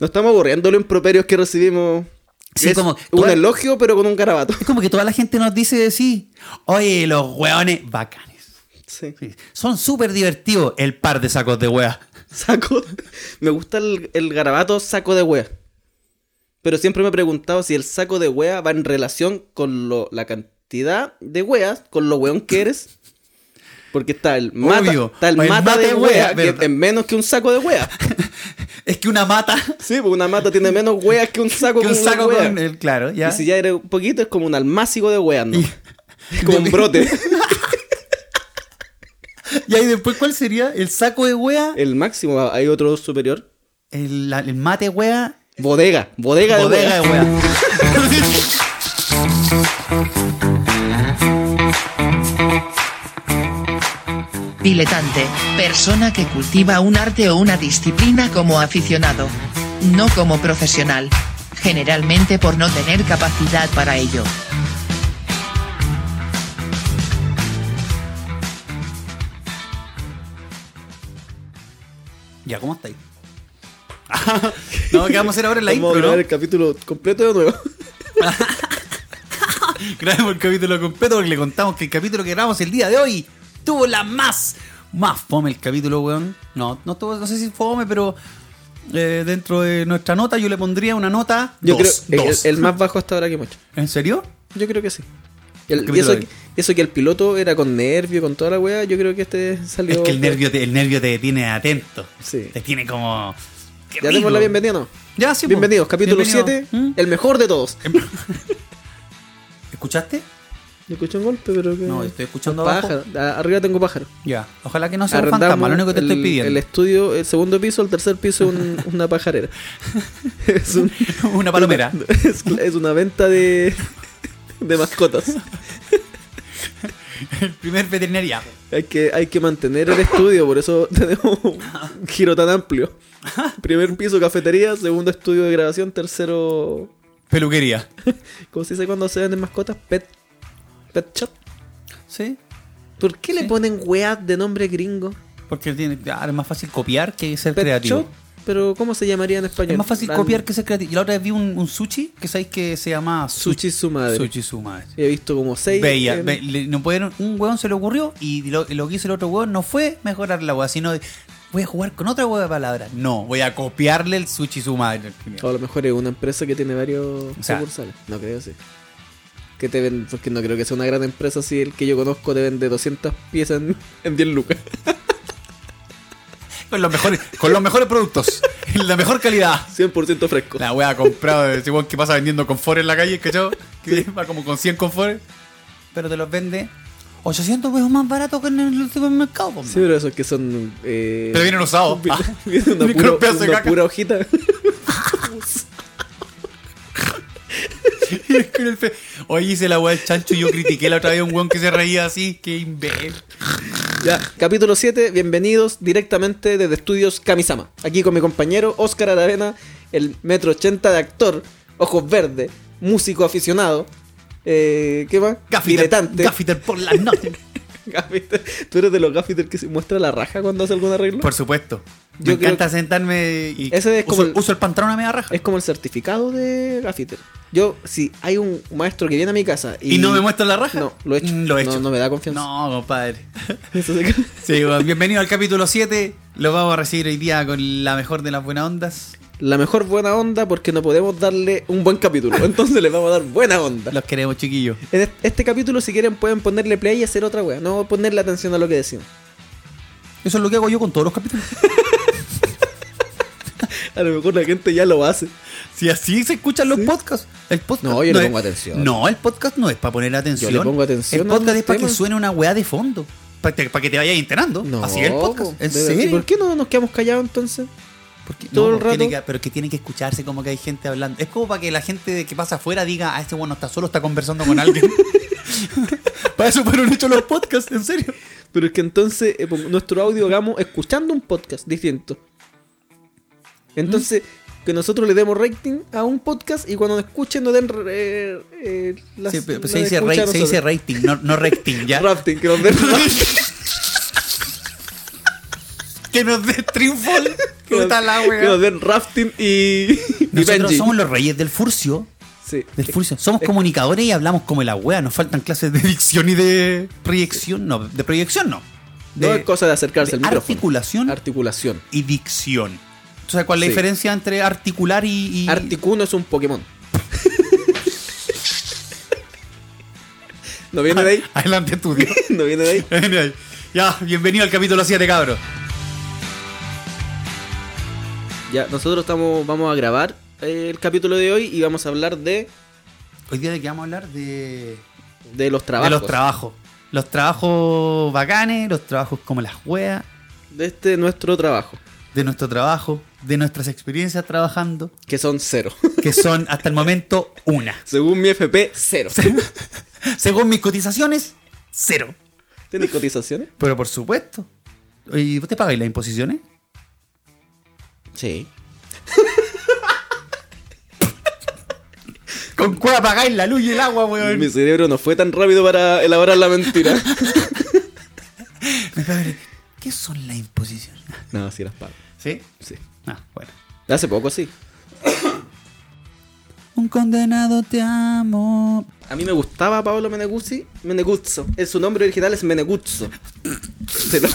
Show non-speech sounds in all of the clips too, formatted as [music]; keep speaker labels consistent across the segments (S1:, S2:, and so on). S1: No estamos aburriendo los improperios que recibimos.
S2: Sí,
S1: Es
S2: como-
S1: un
S2: toda-
S1: elogio, pero con un garabato. [laughs]
S2: Es como que toda la gente nos dice sí. Oye, los hueones bacanes.
S1: Sí.
S2: Sí. Son súper divertidos el par de sacos de hueá.
S1: Saco. Me gusta el, el garabato saco de wea. Pero siempre me he preguntado si el saco de wea va en relación con lo- la cantidad de weas, con lo weón que eres. Porque está el mata,
S2: Obvio.
S1: está el
S2: O el
S1: mata,
S2: mata
S1: de,
S2: de
S1: wea,
S2: wea,
S1: que
S2: verdad.
S1: es menos que un saco de wea.
S2: Es que una mata
S1: Sí, porque una mata tiene menos weas que un saco
S2: que un
S1: con una
S2: saco
S1: wea.
S2: con el claro, ya.
S1: Y si ya eres un poquito, es como un almácigo de weas,
S2: [laughs]
S1: ¿no?
S2: Y-
S1: Es [laughs] como un
S2: [laughs]
S1: brote.
S2: Y ahí después, ¿cuál sería? El saco de hueá,
S1: El máximo, hay otro superior.
S2: el, la- el mate hueá,
S1: Bodega, bodega,
S2: bodega
S1: de
S2: de
S1: wea.
S2: hueá.
S1: [laughs]
S3: Diletante, persona que cultiva un arte o una disciplina como aficionado. No como profesional. Generalmente por no tener capacidad para ello.
S2: [laughs] Ya, ¿cómo estáis? [laughs] no, ¿qué vamos a hacer ahora en [laughs] la
S1: Vamos a
S2: intro,
S1: grabar
S2: ¿no?
S1: el capítulo completo de nuevo.
S2: Grabemos el capítulo completo porque le contamos que el capítulo que grabamos el día de hoy tuvo la más, más fome el capítulo, weón. No, no, tuvo, no sé si fome, pero eh, dentro de nuestra nota yo le pondría una nota
S1: [laughs] Yo
S2: dos,
S1: creo
S2: dos.
S1: El, el más bajo hasta ahora que hemos hecho.
S2: ¿En serio?
S1: Yo creo que sí. El-
S2: ¿Qué
S1: y eso,
S2: piensas
S1: que-
S2: ahí?
S1: eso que el piloto era con nervio, con toda la weá, yo creo que este salió.
S2: Es que el nervio te, el nervio te tiene atento.
S1: Sí.
S2: Te tiene como... qué
S1: Ya
S2: rico.
S1: demos la bienvenida, ¿no?
S2: Ya, sí, po.
S1: Bienvenidos, capítulo
S2: Bienvenido.
S1: 7,
S2: ¿Mm? Em-
S1: el mejor de todos.
S2: ¿Escuchaste?
S1: Yo escuché un golpe, pero. que-
S2: No, estoy escuchando
S1: Un
S2: abajo.
S1: pájaro. A- Arriba tengo pájaro.
S2: Ya. Ojalá que no sea un
S1: Arrendamos
S2: fantasma, lo único que te
S1: el,
S2: estoy pidiendo.
S1: El estudio, el segundo piso, el tercer piso es un- una pajarera. [laughs] es un-
S2: [laughs] Una palomera.
S1: [laughs] Es, es una venta de, de mascotas.
S2: El primer veterinaria.
S1: Hay que, hay que mantener el estudio, por eso tenemos un giro tan amplio. Primer piso, cafetería, segundo estudio de grabación, tercero...
S2: Peluquería.
S1: ¿Cómo se dice cuando se venden mascotas? Pet... Pet shop.
S2: Sí.
S1: ¿Por qué le ponen weas de nombre gringo?
S2: Porque tiene, claro, es más fácil copiar que ser
S1: Pet
S2: creativo.
S1: shop, pero ¿cómo se llamaría en español?
S2: Es más fácil
S1: Van-
S2: copiar que ser creativo. Y la otra vez vi un, un sushi que sabéis que se llama
S1: Sushi su madre. em.
S2: Sushi su madre.
S1: He visto como seis...
S2: Bella,
S1: en-
S2: be- le- no pudieron, un hueón se le ocurrió y lo, lo que hizo el otro hueón no fue mejorar la hueá, sino voy a jugar con otra hueá de palabras. No, voy a copiarle el sushi su madre.
S1: O a lo mejor es una empresa que tiene varios
S2: O sea-
S1: sucursales. No creo, sí. Que te ven, porque no creo que sea una gran empresa si el que yo conozco te vende 200 piezas en, en 10 lucas. [laughs]
S2: Con los mejores, con los
S1: [laughs]
S2: mejores productos, en la mejor calidad.
S1: 100% fresco.
S2: La wea comprado de ese weón que pasa vendiendo confort en la calle, ¿cachai? Que va como con 100 confort. Pero te los vende 800 pesos más barato que en el supermercado, po,
S1: Sí,
S2: [laughs] man.
S1: pero esos que son. Eh,
S2: Pero [laughs]
S1: [laughs]
S2: vienen usados.
S1: vi-
S2: Ah.
S1: viene una,
S2: Ni con
S1: pura,
S2: un pedazo de
S1: una
S2: caca.
S1: pura hojita.
S2: [laughs] Con el fe- Oye, hice la wea del chancho y yo critiqué la otra vez a un weón que se reía así. Qué imbécil.
S1: ya, capítulo 7. Bienvenidos directamente desde Estudios Kamisama. Aquí con mi compañero Óscar Aravena, el metro 80 de actor, ojos verdes, músico aficionado. Eh, ¿Qué más?
S2: Gaffiter,
S1: Diletante.
S2: Gaffiter por la noche.
S1: [laughs] Gaffiter. Tú eres de los gaffiter que se muestra la raja cuando hace algún arreglo.
S2: Por supuesto. Me
S1: Yo creo
S2: encanta sentarme y
S1: Ese es como
S2: uso,
S1: el-
S2: uso el pantalón a media raja.
S1: Es como el certificado de gaffiter. Yo, si hay un maestro que viene a mi casa Eh, y,
S2: Y, no me muestra la raja.
S1: No, lo he hecho.
S2: Mm, Lo he
S1: No,
S2: hecho.
S1: no me da confianza.
S2: No, compadre.
S1: [laughs] Eso se-
S2: Sí, bueno, bienvenido al capítulo 7. Lo vamos a recibir hoy día con la mejor de las buenas ondas.
S1: [laughs] la mejor buena onda porque no podemos darle un buen
S2: [laughs]
S1: capítulo. Entonces les vamos a dar buena onda.
S2: Los queremos, chiquillos.
S1: En est- este capítulo, si quieren, pueden ponerle play y hacer otra wea. No ponerle atención a lo que decimos.
S2: Eso es lo que hago yo con todos los capítulos.
S1: A lo mejor la gente ya lo hace.
S2: [laughs] Si así se escuchan los podcasts. El podcast
S1: No, yo le
S2: es-
S1: pongo atención.
S2: No, el podcast no es para poner atención.
S1: Yo le pongo atención
S2: El
S1: a
S2: podcast
S1: los
S2: es para que
S1: temas.
S2: suene una weá de fondo. Para que, pa' que te vayas enterando.
S1: No,
S2: así es el podcast.
S1: po,
S2: ¿En
S1: de verdad. ¿Y
S2: serio?
S1: ¿Por qué no nos quedamos callados entonces?
S2: Porque-
S1: todo
S2: no,
S1: el
S2: porque tiene
S1: rato?
S2: que- pero que tiene que escucharse como que hay gente hablando. Es como para que la gente que pasa afuera diga, ah, este bueno está solo, está conversando
S1: [laughs]
S2: con alguien. para eso fueron hechos los podcasts, en serio.
S1: Pero es que entonces eh, pong- nuestro audio hagamos escuchando un podcast distinto. Entonces, que nosotros le demos rating a un podcast y cuando nos escuchen nos den eh, eh, las-
S2: Sí, pero
S1: las
S2: se, dice
S1: escucha
S2: ra-
S1: a
S2: se
S1: nosotros.
S2: dice rating,
S1: [laughs]
S2: [laughs] no, no recting, ¿ya?
S1: Rafting, que nos den
S2: que nos
S1: [laughs]
S2: dé Trinfol. Puta la
S1: que nos
S2: wea.
S1: den rafting y. y
S2: Nosotros
S1: Benji.
S2: somos los reyes del furcio.
S1: Sí.
S2: Del furcio. Somos comunicadores y hablamos como la wea. Nos faltan clases de dicción y de proyección. No, de proyección no. De,
S1: No es cosa de acercarse
S2: de
S1: al micrófono.
S2: articulación
S1: Articulación.
S2: y dicción. ¿Tú sabes cuál es la
S1: Sí.
S2: diferencia entre articular y. y-
S1: Articuno es un
S2: [laughs]
S1: Pokémon. [laughs] ¿No viene de ahí?
S2: [laughs]
S1: [laughs]
S2: Adelante, estudio.
S1: ¿No viene de ahí?
S2: Viene ahí. ya, bienvenido al capítulo 7, cabros.
S1: Ya, nosotros estamos, vamos a grabar eh, el capítulo de hoy y vamos a hablar de,
S2: Hoy día de qué vamos a hablar de.
S1: de los trabajos.
S2: De los trabajos. Los trabajos bacanes, los trabajos como las weas,
S1: De este nuestro trabajo,
S2: de nuestro trabajo, de nuestras experiencias trabajando,
S1: que son cero. [laughs]
S2: que son hasta el momento una.
S1: Según mi FP, cero. [laughs]
S2: Según mis cotizaciones, cero.
S1: ¿Tienes cotizaciones?
S2: Pero por supuesto. ¿Y vos te pagáis las imposiciones?
S1: Sí.
S2: ¿Con cuál pagáis la luz y el agua, weón?
S1: Mi cerebro no fue tan rápido para elaborar la mentira.
S2: ¿Qué son las imposiciones?
S1: [laughs] no, sí las pago.
S2: ¿Sí?
S1: Sí.
S2: Ah, bueno.
S1: Hace poco sí.
S2: Un condenado te amo.
S1: A mí me gustaba Pablo Meneguzzi. Meneguzzo. Eh, Su nombre original es Meneguzzo. te, lo,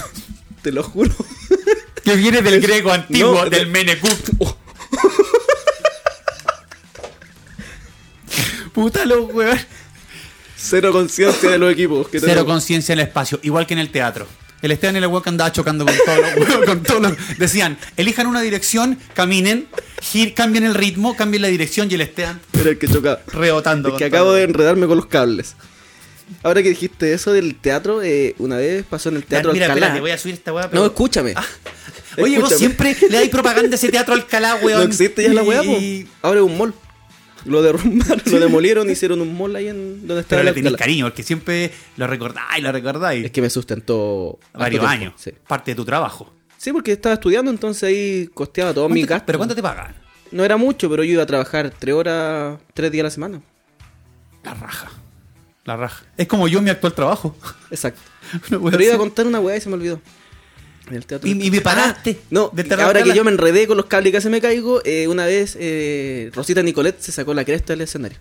S1: te lo juro. [laughs]
S2: Que viene del griego antiguo,
S1: No,
S2: del
S1: de-
S2: Menecuk. [laughs] Puta los weón.
S1: Cero conciencia de los equipos. Que
S2: Cero
S1: tenemos.
S2: conciencia del espacio, igual que en el teatro. El Esteban y el weón que andaba chocando con todos los weón, con todos los- Decían, elijan una dirección, caminen, gir, cambien el ritmo, cambien la dirección y el Esteban
S1: Era el que chocaba.
S2: rebotando.
S1: Es
S2: con
S1: que
S2: todo.
S1: acabo de enredarme con los cables. Ahora que dijiste eso del teatro, eh, una vez pasó en el teatro
S2: Mira,
S1: Alcalá.
S2: espérate, voy a subir esta weá. pero-
S1: No, escúchame.
S2: Ah,
S1: [laughs]
S2: Oye, vos
S1: escúchame.
S2: siempre le dais propaganda a ese teatro Alcalá, weón.
S1: No existe ya la
S2: Y-
S1: weá, po.
S2: y-
S1: Ahora es un mall. Lo derrumbaron, lo demolieron, hicieron un mall ahí en donde estaba
S2: Pero
S1: el
S2: le tenéis
S1: Alcalá.
S2: cariño, porque siempre lo recordáis, lo recordáis.
S1: Es que me sustentó harto
S2: varios
S1: tiempo,
S2: años.
S1: Sí.
S2: Parte de tu trabajo.
S1: Sí, porque estaba estudiando, entonces ahí costeaba todo mi
S2: ¿Cuánto te-
S1: gasto.
S2: ¿Pero cuánto te pagan?
S1: No era mucho, pero yo iba a trabajar tres horas, tres días a la semana.
S2: La raja. La raja. Es como yo en mi actual trabajo. [laughs]
S1: Exacto.
S2: Una wea
S1: Pero iba a
S2: así.
S1: contar una weá y se me olvidó. En el teatro.
S2: Y- y me paraste
S1: Ah, no,
S2: de
S1: y
S2: terror
S1: ahora
S2: cala.
S1: que yo me enredé con los cables y casi me caigo, eh, una vez eh, Rosita Nicolet se sacó la cresta del escenario.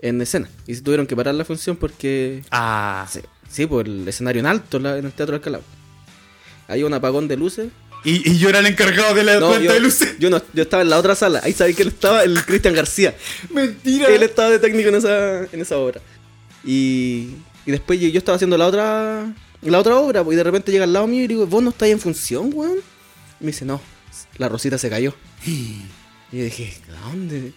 S1: En escena. Y se tuvieron que parar la función porque.
S2: Ah.
S1: Sí, sí, por el escenario en alto la- en el Teatro Alcalá. Hay un apagón de luces.
S2: Y, y yo era el encargado de la
S1: No,
S2: cuenta
S1: yo,
S2: de luces. [laughs]
S1: yo no, yo estaba en la otra sala. Ahí sabía que él estaba, el Cristian García.
S2: Mentira.
S1: Él estaba de técnico en esa, en esa obra. Y, y después yo, yo estaba haciendo la otra la otra obra, pues, y de repente llega al lado mío y digo, ¿vos no estáis en función, weón? Y me dice, no, la Rosita se
S2: [gasps]
S1: cayó. Y yo dije, ¿a dónde?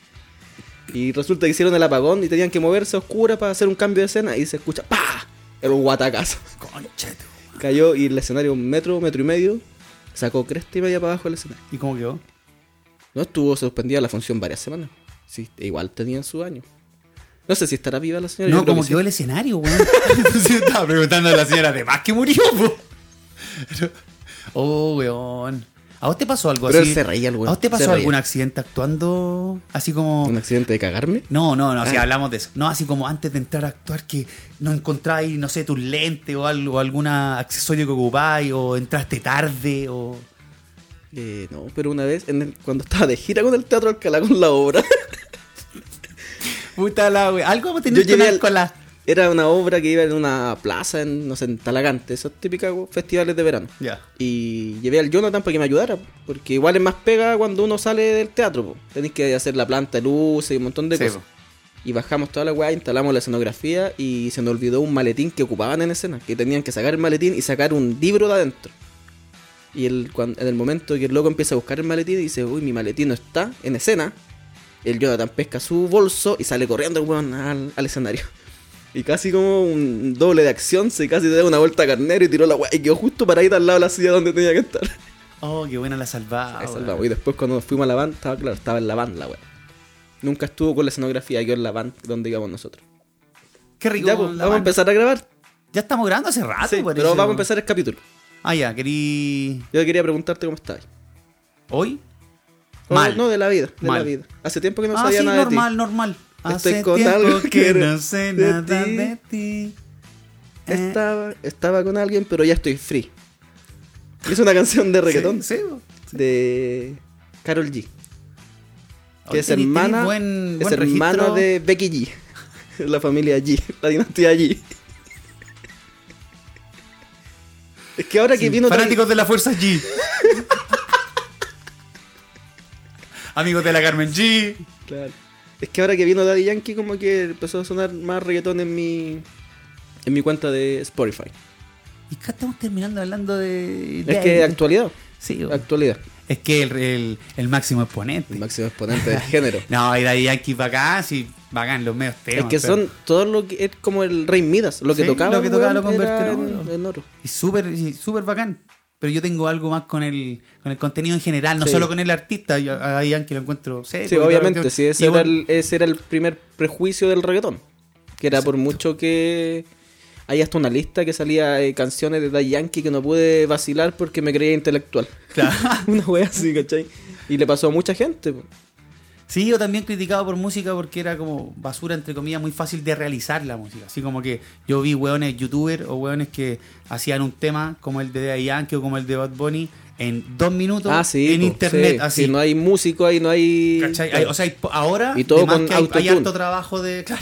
S1: Y resulta que hicieron el apagón y tenían que moverse a oscura para hacer un cambio de escena y se escucha ¡Pah! Era un guatacazo.
S2: Concha tu-
S1: Cayó y el escenario un metro, metro y medio, sacó cresta y media para abajo el escenario.
S2: ¿Y cómo quedó?
S1: No estuvo suspendida la función varias semanas. Sí, igual tenían su año. No sé si estará viva la señora. yo
S2: No,
S1: creo
S2: como
S1: que
S2: quedó
S1: sí.
S2: el escenario, weón. [laughs] Sí, estaba preguntando a la señora de más que murió, po. Pero- Oh, weón. ¿A vos te pasó algo
S1: Pero
S2: así?
S1: él se reía, el weón.
S2: ¿A vos te
S1: Se
S2: pasó
S1: reía.
S2: algún accidente actuando? Así como.
S1: ¿Un accidente de cagarme?
S2: No, no, no, si
S1: Ah.
S2: hablamos de eso. No, así como antes de entrar a actuar que no encontráis, no sé, tus lentes o algo, algún accesorio que ocupáis, o entraste tarde, o.
S1: Eh, no, pero una vez, en el- cuando estaba de gira con el Teatro Alcalá con la obra, [laughs]
S2: Puta la wea. Algo vamos a
S1: Yo
S2: tener que
S1: llegué
S2: ver
S1: al-
S2: con la.
S1: era una obra que iba en una plaza, en, no sé, en Talagante, esos típicos festivales de verano.
S2: Ya.
S1: Y llevé al Jonathan para que me ayudara, porque igual es más pega cuando uno sale del teatro. po. Tenéis que hacer la planta de luces y un montón de
S2: Sí,
S1: cosas.
S2: po.
S1: Y bajamos toda la weá, instalamos la escenografía y se nos olvidó un maletín que ocupaban en escena, que tenían que sacar el maletín y sacar un libro de adentro. Y el, cuan- en el momento que el loco empieza a buscar el maletín y dice, uy, mi maletín no está en escena, el Jonathan pesca su bolso y sale corriendo el weón al, al escenario. Y casi como un doble de acción, se casi da una vuelta a carnero y tiró la weá y quedó justo paradita al lado de la silla donde tenía que estar.
S2: Oh, qué buena la
S1: [laughs]
S2: salvada.
S1: Ahí
S2: weón.
S1: salvamos. Y después cuando nos fuimos a la van, estaba claro, estaba en la van la weá. Nunca estuvo con la escenografía, yo en la van donde íbamos nosotros.
S2: Qué rico.
S1: Ya, pues,
S2: la Ah,
S1: vamos a
S2: banda.
S1: empezar a grabar.
S2: Ya estamos grabando hace rato,
S1: Sí,
S2: parece,
S1: pero vamos a
S2: weón.
S1: empezar el capítulo.
S2: Ah, ya, querí.
S1: Yo quería preguntarte cómo estás.
S2: ¿Hoy?
S1: O-
S2: Mal.
S1: No, de la vida, de
S2: Mal.
S1: la vida. Hace tiempo que no
S2: ah,
S1: sabía
S2: sí,
S1: nada
S2: normal,
S1: de
S2: normal.
S1: Estoy
S2: Hace
S1: con
S2: tiempo
S1: algo
S2: que
S1: que
S2: no sé
S1: de
S2: nada
S1: ti.
S2: de
S1: ti.
S2: ti.
S1: Estaba, estaba con alguien, pero ya estoy free. Hizo una canción de reggaetón
S2: Sí, sí, bo.
S1: de Carol G. Que
S2: Oye,
S1: es
S2: tenés- tenés
S1: hermana,
S2: buen-
S1: es
S2: buen
S1: hermana
S2: registro.
S1: de Becky G. [laughs] La familia G, la dinastía G. Es que ahora que vino otra-
S2: Fanáticos de la Fuerza
S1: [laughs]
S2: G. Amigos de la Carmen G.
S1: Claro. Es que ahora que vino Daddy Yankee como que empezó a sonar más reggaetón en mi en mi cuenta de Spotify.
S2: Y acá estamos terminando hablando de.
S1: Es que actualidad,
S2: Sí, bo.
S1: actualidad,
S2: es que el, el- el máximo exponente.
S1: el máximo exponente
S2: [laughs]
S1: del género.
S2: No, y Daddy Yankee bacán, sí, bacán, los medios temas.
S1: Es que
S2: pero-
S1: son todo lo que es como el Rey Midas, lo que
S2: Sí,
S1: tocaba,
S2: lo que tocaba
S1: weón,
S2: lo convertía
S1: era
S2: en
S1: en,
S2: oro.
S1: en oro.
S2: Y súper y súper bacán. Pero yo tengo algo más con el, con el contenido en general, no
S1: Sí.
S2: solo con el artista. Yo a Daddy Yankee lo encuentro seco.
S1: Sí,
S2: y toda la
S1: obviamente,
S2: cuestión.
S1: sí, ese,
S2: eh, Y
S1: era
S2: bueno,
S1: el, ese era el primer prejuicio del reggaetón. Que era por mucho que hay hasta una lista que salía eh, canciones de Daddy Yankee que no pude vacilar porque me creía intelectual.
S2: Claro.
S1: [laughs] una wea así, ¿cachai? Y le pasó a mucha gente. po.
S2: Sí, yo también criticado por música porque era como basura, entre comillas, muy fácil de realizar la música. Así como que yo vi hueones youtubers o hueones que hacían un tema como el de Daddy Yankee o como el de Bad Bunny en dos minutos
S1: Ah, sí.
S2: en
S1: po,
S2: internet.
S1: sí,
S2: así.
S1: sí, no hay músico ahí, no hay.
S2: ¿Cachai? Hay- o sea, hay po- ahora
S1: Y todo
S2: de más
S1: con
S2: que hay, hay
S1: autotune.
S2: harto trabajo de. [laughs] Claro.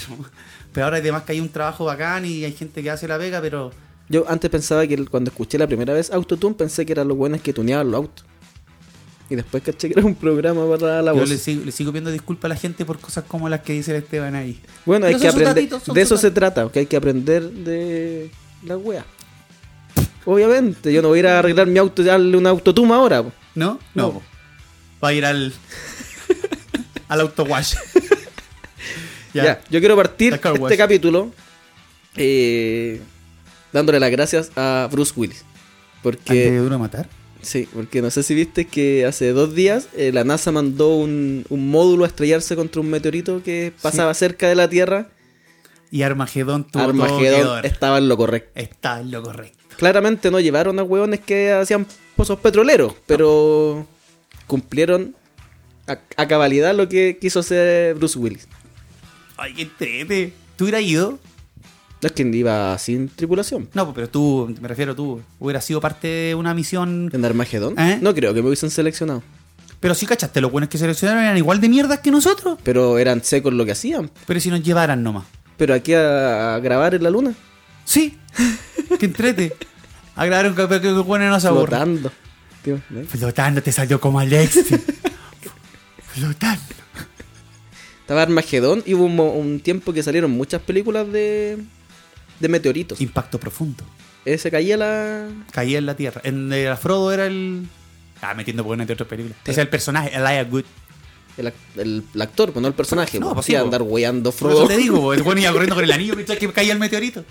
S2: Pero ahora además que hay un trabajo bacán y hay gente que hace la vega, pero.
S1: Yo antes pensaba que el- cuando escuché la primera vez Autotune pensé que eran los buenos que tuneaban los autos. Y después caché que era un programa para la
S2: Yo
S1: voz.
S2: le sigo, le sigo pidiendo disculpas a la gente por cosas como las que dice el Esteban ahí.
S1: Bueno, hay
S2: Pero
S1: que
S2: son sus
S1: aprender.
S2: datitos, son
S1: de
S2: sus
S1: eso se trata, que hay que aprender de la wea. Obviamente, yo no voy a ir a arreglar mi auto y darle un autotuma ahora. po.
S2: ¿No? No.
S1: No.
S2: po. Va a ir al. [laughs] al autowash.
S1: [laughs] Ya. yo quiero partir
S2: La car
S1: este
S2: wash.
S1: capítulo eh, dándole las gracias a Bruce Willis.
S2: ¿Antes de
S1: Porque,
S2: duro matar?
S1: sí, porque no sé si viste que hace dos días eh, la NASA mandó un, un módulo a estrellarse contra un meteorito que pasaba cerca de la Tierra.
S2: Y Armagedón tuvo todo eh.
S1: Armagedón
S2: que dar.
S1: estaba en lo correcto.
S2: Está en lo correcto.
S1: Claramente no llevaron a hueones que hacían pozos petroleros, pero cumplieron a, a cabalidad lo que quiso hacer Bruce Willis.
S2: Ay, qué trete. ¿Tú hubieras ido?
S1: No es que iba sin tripulación.
S2: No, po, pero tú, me refiero tú, hubieras sido parte de una misión.
S1: ¿En Armagedón?
S2: ¿Eh?
S1: No creo que me hubiesen seleccionado.
S2: Pero sí, cachaste, los buenos que seleccionaron eran igual de mierdas que nosotros.
S1: Pero eran secos lo que hacían.
S2: Pero si nos llevaran nomás.
S1: Pero aquí a, a grabar en la luna,
S2: Sí, [laughs] que entrete. A grabar un capítulo que los buenos no se aburran.
S1: flotando. Tío, ¿no?
S2: Flotando te salió
S1: [laughs]
S2: como Alexi. Flotando.
S1: Estaba Armagedón y hubo un, mo- un tiempo que salieron muchas películas de, de meteoritos.
S2: Impacto profundo.
S1: Eh, se caía la...
S2: Caía en la tierra. En el Frodo era el. Ah, metiendo por de otras películas. O sea, el personaje, Elijah Good.
S1: El, ac- el- el actor, pues no el personaje.
S2: No,
S1: No,
S2: pues sí,
S1: podía
S2: po.
S1: andar hueando
S2: Por
S1: Frodo.
S2: eso te digo,
S1: [laughs]
S2: po, el bueno iba corriendo con el anillo mientras que caía el meteorito.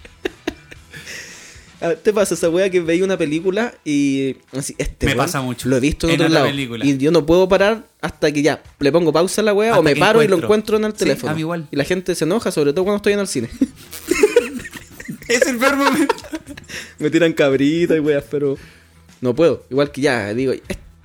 S1: A ver, ¿Te pasa esa wea que veía una película y así, este
S2: Me
S1: weón
S2: pasa mucho.
S1: Lo he visto en,
S2: En
S1: otro
S2: otra
S1: lado.
S2: película.
S1: Y yo no puedo parar hasta que ya le pongo pausa a la wea
S2: Hasta
S1: o me
S2: que
S1: paro y lo encuentro
S2: encuentro.
S1: en el
S2: Sí,
S1: teléfono.
S2: a mí igual.
S1: Y la gente se enoja, sobre todo cuando estoy en el cine. [laughs]
S2: Es el peor momento.
S1: me tiran cabritas y weas, pero no puedo. Igual que ya digo, "Eh,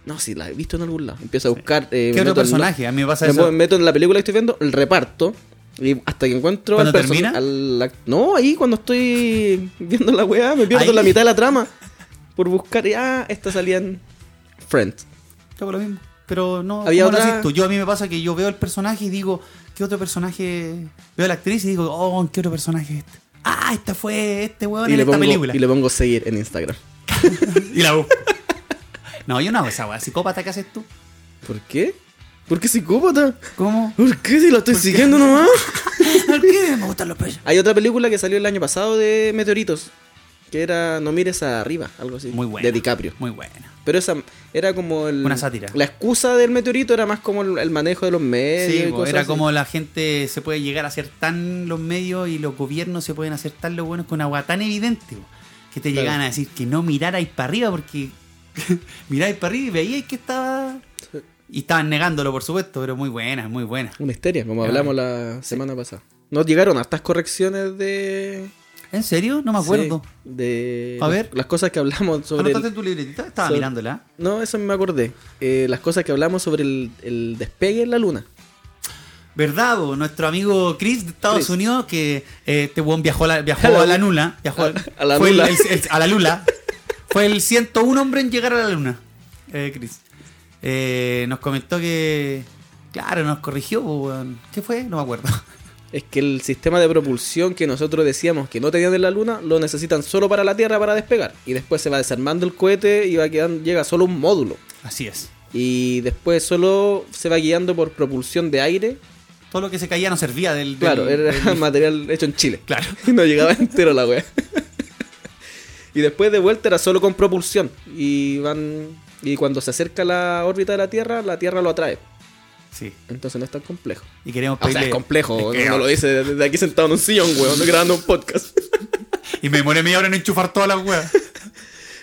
S1: no, si la he visto en algún lado. Empiezo a buscar. eh, me meto
S2: ¿Qué otro
S1: en lo-
S2: personaje? A mí me pasa
S1: me
S2: eso.
S1: pon- meto en la película que estoy viendo, el reparto. Y hasta que encuentro
S2: ¿Cuándo
S1: perso-
S2: termina?
S1: al act- No, ahí cuando estoy viendo la weá, me pierdo
S2: Ahí.
S1: la mitad de la trama. Por buscar, y, ah, esta salía en Friends.
S2: Yo hago lo mismo. Pero no,
S1: Había
S2: ¿cómo lo
S1: otra-
S2: haces tú? Yo a mí me pasa que yo veo el personaje y digo, ¿qué otro personaje? Veo a la actriz y digo, oh, ¿qué otro personaje es este? Ah, esta fue este weón
S1: Y
S2: en
S1: le,
S2: esta
S1: pongo,
S2: película.
S1: y le pongo seguir en Instagram.
S2: [laughs] Y la busco. No, yo no hago esa weá. Psicópata, ¿qué haces tú?
S1: ¿Por qué? ¿Por qué psicópata?
S2: ¿Cómo?
S1: ¿Por qué si la estoy siguiendo nomás?
S2: [laughs] ¿Por qué me gustan los pechos?
S1: Hay otra película que salió el año pasado de meteoritos. Que era No mires arriba, algo así.
S2: Muy buena.
S1: De DiCaprio.
S2: Muy buena.
S1: Pero esa era como el...
S2: Una sátira.
S1: La excusa del meteorito era más como el, el manejo de los medios.
S2: Sí,
S1: y
S2: po,
S1: cosas
S2: era
S1: así.
S2: como la gente se puede llegar a hacer tan los medios y los gobiernos se pueden hacer tan los buenos con agua tan evidente po, que te
S1: Claro.
S2: llegaban a decir que no mirarais para arriba porque [laughs] miráis para arriba y veíais que estaba. Y estaban negándolo, por supuesto, pero muy buena, muy buena.
S1: Una histeria, como
S2: Ya,
S1: hablamos la semana pasada. No llegaron a estas correcciones de...
S2: ¿En serio? No me acuerdo.
S1: Sí, de...
S2: A ver.
S1: Las cosas que hablamos sobre...
S2: ¿Anotaste
S1: el-
S2: en tu libretita? Estaba
S1: sobre-
S2: mirándola.
S1: No, eso me acordé. Eh, las cosas que hablamos sobre el, el despegue en la luna.
S2: ¿Verdad, po? Nuestro amigo Chris de Estados
S1: Chris.
S2: Unidos, que eh, este buen viajó, a la- viajó a la nula. Viajó
S1: [laughs] A la
S2: fue el-
S1: nula.
S2: el- el- a la lula. Fue el 101 hombre en llegar a la luna, eh, Chris. Eh, nos comentó que. Claro, nos corrigió, po, weón. ¿Qué fue? No me acuerdo. [laughs]
S1: Es que el sistema de propulsión que nosotros decíamos que no tenían en la Luna lo necesitan solo para la Tierra para despegar. Y después se va desarmando el cohete y va quedando, llega solo un módulo.
S2: Así es.
S1: Y después solo se va guiando por propulsión de aire.
S2: Todo lo que se caía no servía del. del-
S1: Claro, era [laughs]
S2: del-
S1: material hecho en Chile. [laughs]
S2: Claro.
S1: Y no llegaba entero la wea. [laughs] Y después de vuelta era solo con propulsión. Y van. Y cuando se acerca la órbita de la Tierra, la Tierra lo atrae.
S2: Sí.
S1: Entonces no es tan complejo.
S2: Y queremos
S1: O
S2: pedirle.
S1: sea, es complejo.
S2: Ah, Es que- ah.
S1: No lo dice desde aquí sentado en un sillón, weón, grabando un podcast. [laughs]
S2: Y me demoré media hora en enchufar todas las weas.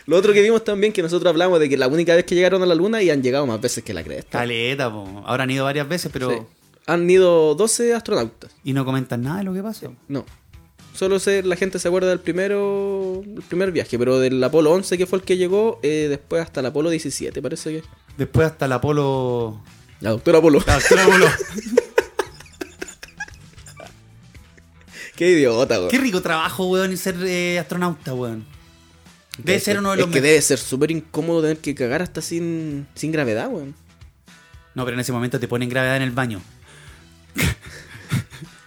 S1: Lo otro que vimos también que nosotros hablamos de que la única vez que llegaron a la luna y han llegado más veces que la cresta.
S2: Caleta, po. Ahora han ido varias veces, pero.
S1: Sí. Han ido 12 astronautas.
S2: Y no comentan nada de lo que pasa.
S1: No. Solo se, la gente se acuerda del primero el primer viaje, pero del Apolo 11 que fue el que llegó, eh, después hasta el Apolo 17, parece que.
S2: Después hasta el Apolo.
S1: La doctora Apolo. [laughs]
S2: La doctora Apolo.
S1: Qué idiota, weón.
S2: [laughs] Qué rico trabajo, weón, y ser eh, astronauta, weón. Debe ser uno de
S1: Es
S2: los
S1: que
S2: mejores.
S1: debe ser súper incómodo tener que cagar hasta sin, sin gravedad, weón.
S2: No, pero en ese momento te ponen gravedad en el baño. [laughs]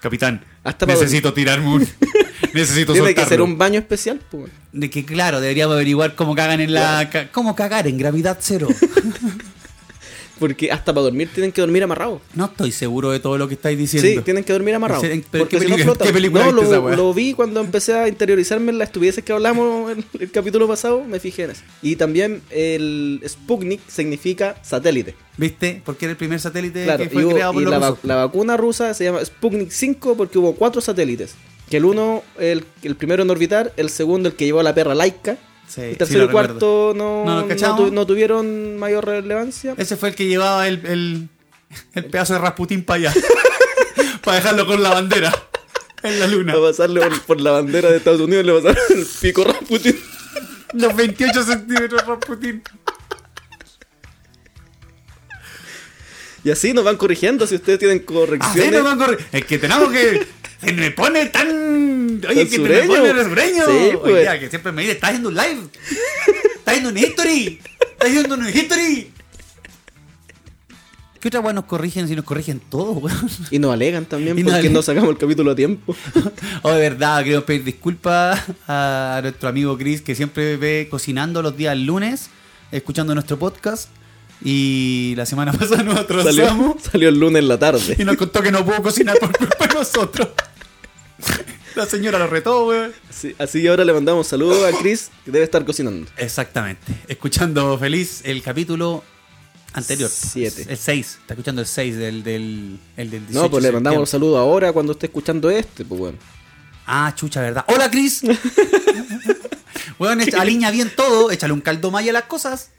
S2: Capitán,
S1: Hasta para
S2: tirarme
S1: [laughs]
S2: un. necesito
S1: Tiene que
S2: soltarlo.
S1: ser un baño especial, po, weón.
S2: De que claro, deberíamos averiguar cómo cagan en la. ca- ¿Cómo cagar en gravedad
S1: [laughs]
S2: cero?
S1: Porque hasta para dormir tienen que dormir amarrados.
S2: No estoy seguro de todo lo que estáis
S1: Sí,
S2: diciendo.
S1: tienen que dormir amarrados.
S2: Sí, pero
S1: Porque
S2: ¿qué
S1: si no
S2: película-
S1: flotan.
S2: qué película
S1: No,
S2: viste esa
S1: lo,
S2: weá?
S1: lo vi cuando empecé a interiorizarme en las estupideces que hablamos en el capítulo pasado, me fijé en eso. Y también el Sputnik significa satélite.
S2: ¿Viste? Porque era el primer satélite
S1: Claro,
S2: Eh,
S1: y,
S2: que fue
S1: hubo-
S2: creado por
S1: y
S2: los
S1: la, va-
S2: rusos.
S1: la vacuna rusa se llama Sputnik 5 porque hubo cuatro satélites. Que el uno, el, el primero en orbitar, el segundo el que llevó a la perra laica.
S2: Sí,
S1: el
S2: sí,
S1: tercero
S2: lo
S1: y cuarto
S2: recuerdo.
S1: no,
S2: No,
S1: no,
S2: ¿lo cachamos?
S1: tu- no tuvieron mayor relevancia.
S2: Ese fue el que llevaba el, el, el pedazo de Rasputín para allá. [laughs] para dejarlo con la bandera. En la luna.
S1: A pasarle por, por la bandera de Estados Unidos le pasaron el
S2: [laughs]
S1: pico Rasputin.
S2: Los 28 centímetros de Rasputín.
S1: Y así nos van corrigiendo si ustedes tienen
S2: Así
S1: correcciones.
S2: no van a correr. Es que tenemos que. Se me pone tan. Oye,
S1: Tan
S2: que te me
S1: sureño.
S2: pone sureño.
S1: Sí,
S2: Oye,
S1: pues.
S2: ya, que siempre me dice, estás haciendo un live. Estás haciendo un history. Estás haciendo un history. ¿Qué otra weá nos corrigen si nos corrigen todos, weón?
S1: Y nos alegan también
S2: Y nos
S1: porque
S2: alegan.
S1: no sacamos el capítulo a
S2: [laughs]
S1: tiempo.
S2: Oh, de verdad, queremos pedir disculpas a nuestro amigo Chris que siempre ve cocinando los días lunes, escuchando nuestro podcast. Y la semana [laughs] pasada nos
S1: Salió,
S2: atrasamos
S1: salió el lunes en la tarde.
S2: [laughs] y nos contó que no pudo cocinar por culpa de nosotros. La señora lo retó, weón.
S1: Sí, así que ahora le mandamos saludos a Chris, que debe estar cocinando.
S2: Exactamente. Escuchando feliz el capítulo anterior.
S1: Siete.
S2: El 6. Está escuchando el 6 del, del, el del 18
S1: No, pues le
S2: de
S1: mandamos
S2: septiembre.
S1: saludos ahora cuando esté escuchando este, pues bueno.
S2: Ah, chucha, ¿verdad? ¡Hola, Chris! weón, echa- alinea bien todo. Échale un caldo maya a las cosas.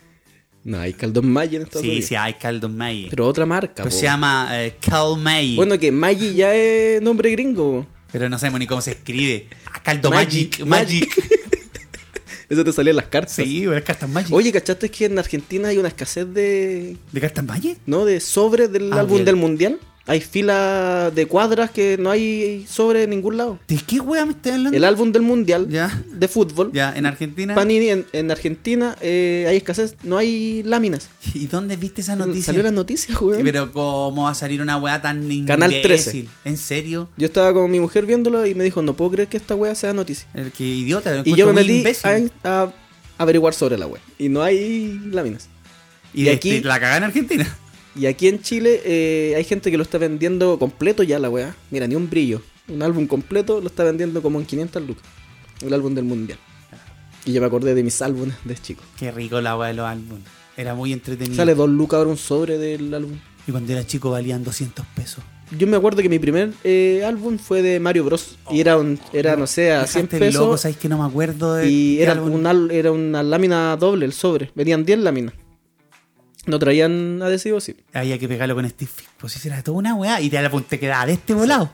S1: No, hay Caldón Maggi en Estados
S2: Sí,
S1: Unidos.
S2: sí, hay caldo maya. Pero,
S1: Pero otra marca, po.
S2: se llama eh, Cal May.
S1: Bueno, que Maggi ya es nombre gringo.
S2: Pero no sabemos ni cómo se escribe. Ah, caldo
S1: Magic,
S2: Magic. Magic.
S1: Eso te salía en las cartas.
S2: [laughs] Sí, pero es cartas Magic.
S1: Oye, ¿cachaste que en Argentina hay una escasez de
S2: ¿De cartas Magic?
S1: ¿no? De sobres del
S2: Ah,
S1: álbum
S2: bien.
S1: del mundial. Hay fila de cuadras que no hay sobre en ningún lado.
S2: ¿De qué weón me estás hablando?
S1: El álbum del mundial
S2: Ya.
S1: de fútbol.
S2: Ya, en Argentina.
S1: Panini en, en Argentina eh, hay escasez, no hay láminas.
S2: ¿Y dónde viste esa noticia?
S1: Mm, Salió las noticias,
S2: Sí,
S1: weón.
S2: Pero cómo va a salir una weá tan imbécil.
S1: Canal 13.
S2: ¿En serio?
S1: Yo estaba con mi mujer viéndolo y me dijo, no puedo creer que esta wea sea noticia.
S2: El que idiota. lo
S1: Y
S2: encuentro
S1: yo me
S2: muy
S1: metí
S2: imbécil.
S1: a, a averiguar sobre la wea. Y no hay láminas.
S2: Y,
S1: y
S2: de
S1: aquí-
S2: aquí la cagá en Argentina. [laughs]
S1: Y aquí en Chile eh, hay gente que lo está vendiendo completo ya la weá. Mira, ni un brillo. Un álbum completo lo está vendiendo como en 500 lucas. El álbum del mundial. Y yo me acordé de mis álbumes de chico.
S2: Qué rico la weá de los álbumes. Era muy entretenido.
S1: Sale dos lucas ahora un sobre del álbum.
S2: Y cuando era chico valían 200 pesos.
S1: Yo me acuerdo que mi primer eh, álbum fue de Mario Bros. Y era, un- era no sé, a 100
S2: Oh, Dejaste loco,
S1: pesos.
S2: ¿sabes que no me acuerdo de
S1: Y
S2: qué
S1: era,
S2: álbum?
S1: un al- era una lámina doble el sobre. Venían 10 láminas. No traían adhesivo, sí.
S2: Había que pegarlo con Steve Fick. Pues sí, era toda una weá. Y te la te quedaba de
S1: [laughs]
S2: este volado.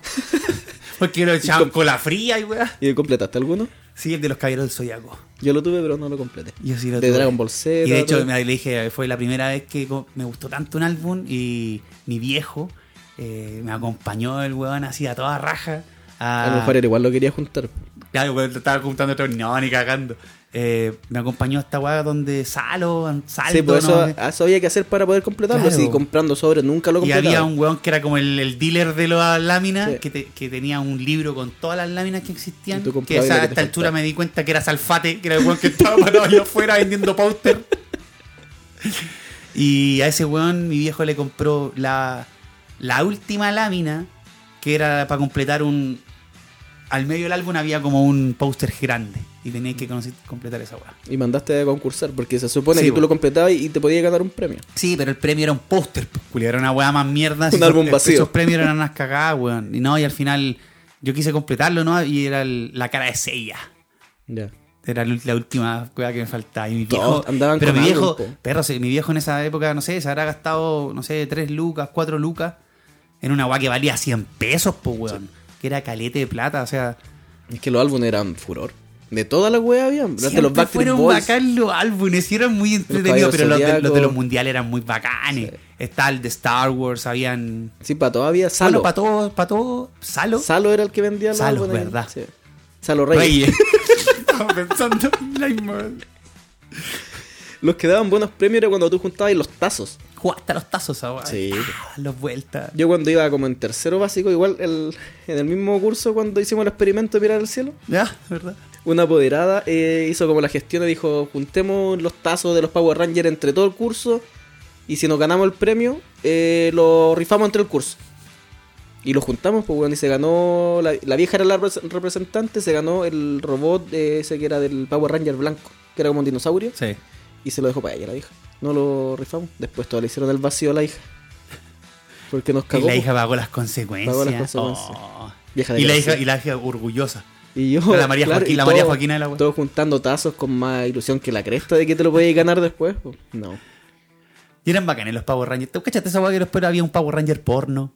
S2: [laughs] Porque lo echaban con la fría y weá.
S1: ¿Y completaste alguno?
S2: Sí, el de los caballeros del Zodiaco.
S1: Yo lo tuve, pero no lo completé.
S2: Yo sí lo
S1: de
S2: tuve.
S1: Dragon Ball Z.
S2: Y de hecho,
S1: todo.
S2: me, le dije, fue la primera vez que co- me gustó tanto un álbum y mi viejo eh, me acompañó el weón así a toda raja. A, Ah.
S1: A lo mejor era igual lo quería juntar.
S2: Claro, weón, lo estaba juntando todo, no, ni cagando. eh, me acompañó a esta weá donde salo, salto.
S1: Sí, pues eso,
S2: no sé.
S1: eso había que hacer para poder completarlo.
S2: Claro.
S1: Si comprando sobres nunca lo
S2: Y
S1: completaba.
S2: había un weón que era como el, el dealer de las láminas,
S1: Sí.
S2: que, te- que tenía un libro con todas las láminas que existían.
S1: Y tú
S2: Que
S1: comprabas
S2: esa-
S1: la
S2: a
S1: que te
S2: esta altura
S1: faltaba.
S2: me di cuenta que era Salfate, que era el weón que estaba parado allá afuera vendiendo póster. Y a ese weón mi viejo le compró la, la última lámina, que era para completar un... Al medio del álbum había como un póster grande y tenías que conocer- completar esa weá.
S1: Y mandaste a concursar, porque se supone
S2: Sí,
S1: que tú
S2: po.
S1: lo completabas y te podías ganar un premio.
S2: Sí, pero el premio era un póster, pues, culiao, era una weá más mierda.
S1: Un
S2: Esos-
S1: álbum vacío.
S2: Esos premios eran unas cagadas, weón. Y no, y al final yo quise completarlo, ¿no? Y era el- la cara de Seiya.
S1: Ya.
S2: Era la ul- la última weá que me faltaba. Y mi
S1: Todos
S2: viejo.
S1: andaban
S2: pero
S1: con
S2: mi viejo,
S1: álbum, po.
S2: perro, sí, mi viejo en esa época, no sé, se habrá gastado, no sé, 3 lucas, 4 lucas en una weá que valía 100 pesos, pues, weón. Que era calete de plata, o sea.
S1: Es que los álbumes eran furor. De todas las weas había. Los de
S2: Siempre
S1: los Backstreet
S2: fueron
S1: Boys.
S2: bacán los álbumes, y eran muy
S1: Caballeros
S2: entretenidos, pero los de, los de los
S1: Zodiaco.
S2: mundiales eran muy bacanes. Está el de Star Wars, habían
S1: Sí, para todavía
S2: Salo.
S1: Salo.
S2: para todo, para todo. Salo.
S1: Salo era el que vendía los
S2: Salo,
S1: álbumes.
S2: verdad.
S1: Sí. Salo Reyes. [laughs]
S2: Estaba pensando en la misma.
S1: Los que daban buenos premios era cuando tú juntabas los tazos.
S2: Jugaste a los tazos ahora.
S1: Sí.
S2: Ah, los vueltas.
S1: Yo cuando iba como en tercero básico, igual el- en el mismo curso cuando hicimos el experimento de mirar al cielo,
S2: Ya, ¿verdad?
S1: una apoderada eh, hizo como la gestión y dijo, juntemos los tazos de los Power Rangers entre todo el curso y si nos ganamos el premio, eh, lo rifamos entre el curso. Y lo juntamos, pues bueno, y se ganó, la, la vieja era la repres- representante, se ganó el robot eh, ese que era del Power Ranger blanco, que era como un dinosaurio,
S2: Sí.
S1: y se lo dejó para ella, la vieja. No lo rifamos, después todo le hicieron el vacío a la hija. Porque nos
S2: Y
S1: cagó.
S2: la
S1: pues.
S2: hija pagó las consecuencias.
S1: Pagó las consecuencias.
S2: Oh.
S1: Vieja de
S2: y, la
S1: gracia.
S2: hija, y la hija orgullosa.
S1: Y yo.
S2: La María Joaquín- la María Joaquina de la wea.
S1: Todos juntando tazos con más ilusión que la cresta de que te lo podías ganar después. po. No.
S2: Y eran bacanes los Power Rangers. ¿Tú cachaste esa hueá que después había un Power Ranger porno?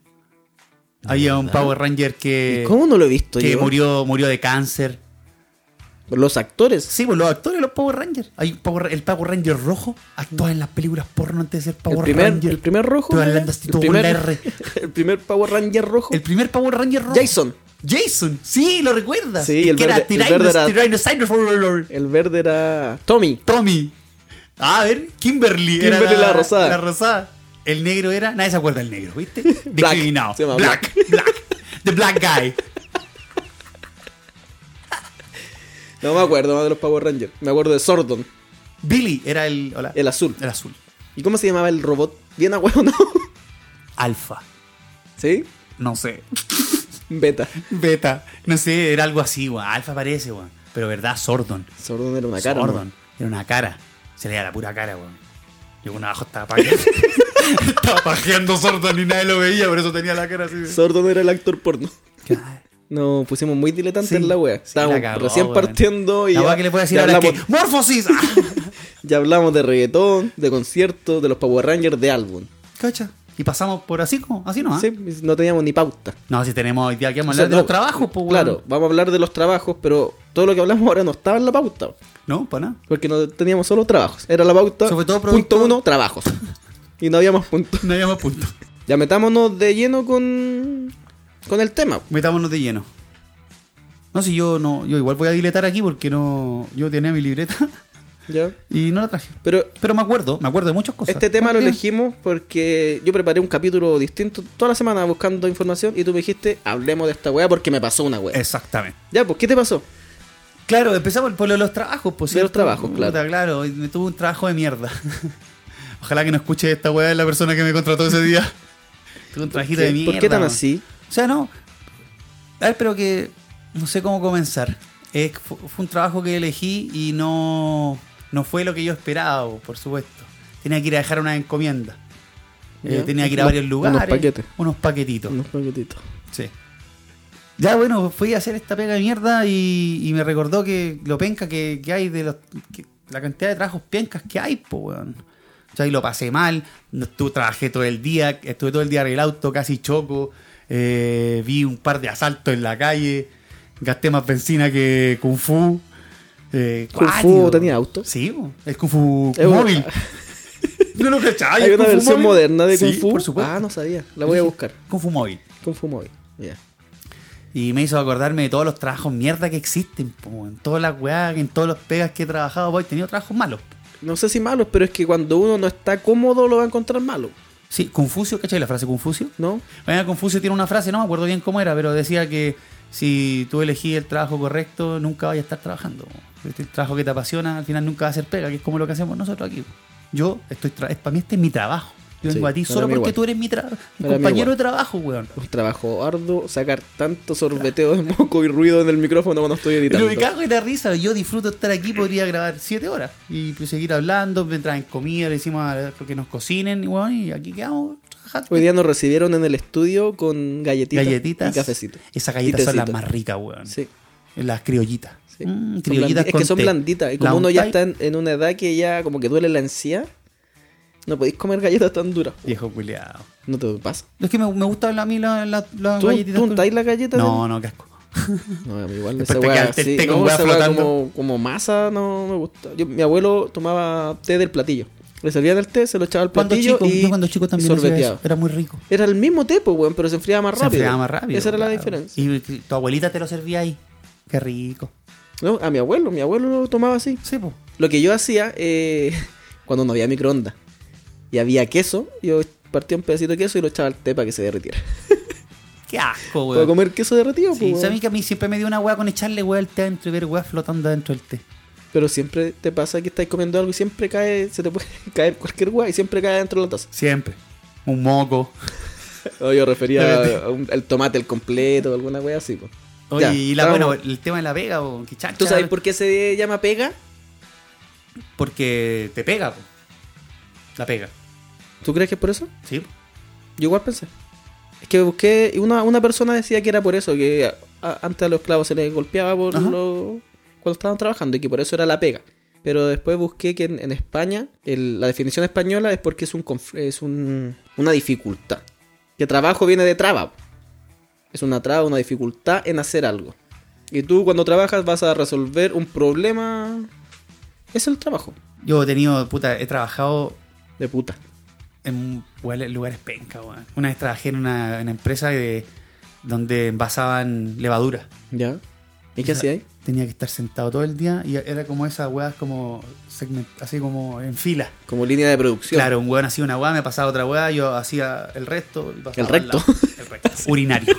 S2: Había un Power Ranger que,
S1: ¿Cómo no lo he visto
S2: Eh, que
S1: yo?
S2: murió, murió de cáncer.
S1: Los actores.
S2: Sí, pues los actores de los Power Rangers. Hay un Power- el Power Ranger rojo actúa en las películas porno antes de ser Power
S1: el, primer,
S2: Ranger.
S1: el primer rojo.
S2: Estoy
S1: ¿no?
S2: hablando así,
S1: el,
S2: todo
S1: primer,
S2: con la R.
S1: [laughs] el primer Power Ranger rojo.
S2: El primer Power Ranger rojo.
S1: Jason.
S2: Jason, sí, lo recuerdas.
S1: Sí, el
S2: que
S1: verde-
S2: era
S1: el verde era-
S2: Tyrannos- Tyrannosaurus.
S1: El verde era Tommy.
S2: Tommy. Ah, a ver, Kimberly. era
S1: Kimberly la rosada.
S2: La rosada. El negro era. Nadie se acuerda del negro,
S1: [laughs]
S2: ¿viste?
S1: Black.
S2: Discriminado.
S1: Se llama
S2: Black. Black. The Black Guy.
S1: No me acuerdo más de los Power Rangers. Me acuerdo de Sordon,
S2: Billy era el. Hola.
S1: el azul.
S2: El azul.
S1: ¿Y cómo se llamaba el robot? Bien a huevo, ¿no? [laughs]
S2: Alfa.
S1: ¿Sí?
S2: No sé.
S1: Beta.
S2: Beta. No sé, era algo así, weón. Alfa parece, weón. Pero verdad, Sordon.
S1: Sordon era una cara. ¿no?
S2: Sordon. Era una cara. Se le da la pura cara, weón. Yo con abajo estaba pajeando. [laughs] estaba pajeando Sordon y nadie lo veía, por eso tenía la cara así. de-
S1: Sordon era el actor porno.
S2: Claro.
S1: No, pusimos muy diletantes
S2: Sí.
S1: en la wea.
S2: Sí,
S1: Estábamos
S2: la cagó,
S1: recién
S2: weón.
S1: partiendo y.
S2: La
S1: ya-
S2: weá que le puedo decir
S1: ya
S2: ahora es
S1: hablamos,
S2: que. ¡Morfosis! ¡Ah!
S1: ya hablamos de reggaetón, de conciertos, de los Power Rangers, de álbum.
S2: Cacha. Y pasamos por así, como Así no, ¿ah?
S1: Sí, no teníamos ni pauta.
S2: No, si tenemos hoy día que
S1: O
S2: vamos a
S1: sea,
S2: hablar de
S1: no,
S2: los trabajos, pues, weón.
S1: Claro, vamos a hablar de los trabajos, pero todo lo que hablamos ahora no estaba en la pauta.
S2: No, para nada.
S1: Porque no teníamos solo trabajos. Era la pauta.
S2: Sobre todo producto-
S1: punto uno, trabajos. [laughs] y no había más puntos.
S2: No hayamos punto.
S1: Ya metámonos de lleno con. con el tema.
S2: Metámonos de lleno. No, si yo no. Yo igual voy a diletar aquí porque no. Yo tenía mi libreta [laughs]
S1: ¿Ya?
S2: y no la traje.
S1: Pero
S2: Pero me acuerdo, me acuerdo de muchas cosas.
S1: Este tema lo
S2: Porque-
S1: elegimos porque yo preparé un capítulo distinto toda la semana buscando información y tú me dijiste, hablemos de esta weá porque me pasó una weá.
S2: Exactamente.
S1: Ya, pues, ¿qué te pasó?
S2: Claro, empezamos por lo de los trabajos, pues.
S1: De los
S2: ¿cierto?
S1: trabajos, claro.
S2: Puta, claro, y me tuve un trabajo de mierda. [laughs] Ojalá que no escuche esta weá la persona que me contrató ese día. [laughs] tuve un trabajito de
S1: ¿Qué-
S2: mierda.
S1: ¿Por qué tan
S2: man.
S1: así?
S2: O sea, no. A ver, pero que. No sé cómo comenzar. Es- fu- fue un trabajo que elegí y no. No fue lo que yo esperaba, bo, por supuesto. Tenía que ir a dejar una encomienda. Eh,
S1: Ya.
S2: tenía que ir a
S1: Unos-
S2: varios lugares.
S1: unos paquetes.
S2: Unos paquetitos.
S1: Unos paquetitos.
S2: Sí. Ya, bueno, fui a hacer esta pega de mierda y, y me recordó que lo penca que, que hay de los. que- la cantidad de trabajos pencas que hay, po, weón. O sea, y lo pasé mal. No, estuve- trabajé todo el día, estuve todo el día en el auto, casi choco. eh, vi un par de asaltos en la calle. Gasté más benzina que Kung Fu. eh,
S1: ¿Kung Fu
S2: cuático.
S1: tenía Ah, auto?
S2: Sí, po. el Kung Fu
S1: Es una- [laughs]
S2: móvil. no lo cachaba.
S1: Hay una versión moderna de Kung Fu.
S2: Por supuesto.
S1: Ah, no sabía. La voy a buscar.
S2: Kung Fu móvil.
S1: Kung Fu móvil. Ya.
S2: Y me hizo acordarme de todos los trabajos mierda que existen, po, en todas las weas, en todos los pegas que he trabajado, po, he tenido trabajos malos.
S1: No sé si malos, pero es que cuando uno no está cómodo lo va a encontrar malo,
S2: Sí, Confucio, ¿cachai la frase Confucio?
S1: ¿no?
S2: Mañana Confucio tiene una frase, no me acuerdo bien cómo era, pero decía que si tú elegís el trabajo correcto, nunca vayas a estar trabajando. Este, El trabajo que te apasiona, al final nunca va a ser pega, que es como lo que hacemos nosotros aquí. Yo estoy, tra- es- para mí este es mi trabajo. Yo
S1: Sí,
S2: vengo a ti
S1: para
S2: solo
S1: mí
S2: porque
S1: igual.
S2: tú eres mi, tra- mi
S1: Para mí
S2: compañero de
S1: igual.
S2: trabajo, weón.
S1: Un trabajo arduo, sacar tanto sorbeteo de moco y ruido en el micrófono cuando estoy editando.
S2: Pero me cago en la risa, yo disfruto estar aquí, podría grabar siete horas y pues, seguir hablando, me traen comida, le decimos a- que nos cocinen y, weón, y aquí quedamos trabajando.
S1: Hoy día nos recibieron en el estudio con galletitas,
S2: galletitas.
S1: y cafecito.
S2: Esas
S1: Y
S2: galletas son
S1: tecito.
S2: las más ricas, weón.
S1: Sí.
S2: Las criollitas.
S1: Sí.
S2: Mm,
S1: Son
S2: criollitas
S1: blandi- es
S2: con
S1: que son
S2: té.
S1: blanditas. Y como
S2: La
S1: uno ya
S2: untáis-
S1: está en, en una edad que ya como que duele la encía, no podéis comer galletas tan duras.
S2: Viejo culiado.
S1: No te pasa.
S2: Es que me, me gustan a mí las la, las
S1: ¿Tú,
S2: galletitas.
S1: tú
S2: con-
S1: untáis las galletas?
S2: No, no, casco.
S1: No, a mí igual
S2: Después
S1: esa
S2: te
S1: weá,
S2: queda el
S1: sí,
S2: té con
S1: no,
S2: weá
S1: esa weá
S2: flotando.
S1: como, como masa no me gusta. Yo, mi abuelo tomaba té del platillo. Le servían el té, se lo echaba al
S2: Cuando
S1: platillo
S2: chico,
S1: y
S2: yo cuando chico también
S1: y
S2: hacía
S1: sorbeteaba.
S2: eso. Era muy rico.
S1: Era el mismo té, pues, weón, pero se enfriaba más
S2: Se
S1: rápido.
S2: enfriaba más rápido.
S1: Esa era la
S2: claro.
S1: diferencia.
S2: Y y tu abuelita te lo servía ahí. Qué rico.
S1: No, a mi abuelo, mi abuelo lo tomaba así.
S2: Sí, po.
S1: Lo que yo hacía eh, [laughs] cuando no había microondas y había queso, yo partía un pedacito de queso y lo echaba al té para que se derritiera.
S2: Qué asco,
S1: ¿Puedo
S2: weón.
S1: comer queso derretido?
S2: Sí,
S1: pues,
S2: ¿sabes
S1: weón?
S2: que a mí siempre me dio una weá con echarle weá al té adentro y ver weá flotando dentro del té?
S1: Pero siempre te pasa que estás comiendo algo y siempre cae, se te puede [laughs] caer cualquier guay y siempre cae dentro de la taza.
S2: Siempre. Un moco.
S1: No, yo
S2: [laughs] Espérate.
S1: refería a un- al tomate, el completo, alguna wea así. po.
S2: Oye,
S1: Ya,
S2: y la,
S1: estábamos-
S2: bueno, el tema de la pega, o que chancha.
S1: ¿Tú sabes por qué se llama pega?
S2: Porque te pega, po. La pega.
S1: ¿Tú crees que es por eso?
S2: Sí, po.
S1: Yo igual pensé. Es que busqué, y una, una persona decía que era por eso, que a- a- antes a los esclavos se les golpeaba por
S2: Ajá.
S1: lo- cuando estaban trabajando y que por eso era la pega. Pero después busqué que en, en España, el- la definición española es porque es, un, conf- es un- una dificultad. Que trabajo viene de traba. Es una traba, una dificultad en hacer algo. Y tú cuando trabajas vas a resolver un problema. Es el trabajo.
S2: Yo he tenido, puta, he trabajado
S1: De puta.
S2: en lugares, lugares penca, weón. Una vez trabajé en una, en una empresa de- donde envasaban levadura.
S1: ¿Ya? ¿Y qué hacía ahí?
S2: Tenía que estar sentado todo el día y era como esas weas como segment- así como en fila.
S1: Como línea de producción.
S2: Claro, un weón hacía una wea, me pasaba otra wea, yo hacía el resto. y pasaba
S1: El recto.
S2: al lado. El recto.
S1: [laughs]
S2: Urinario.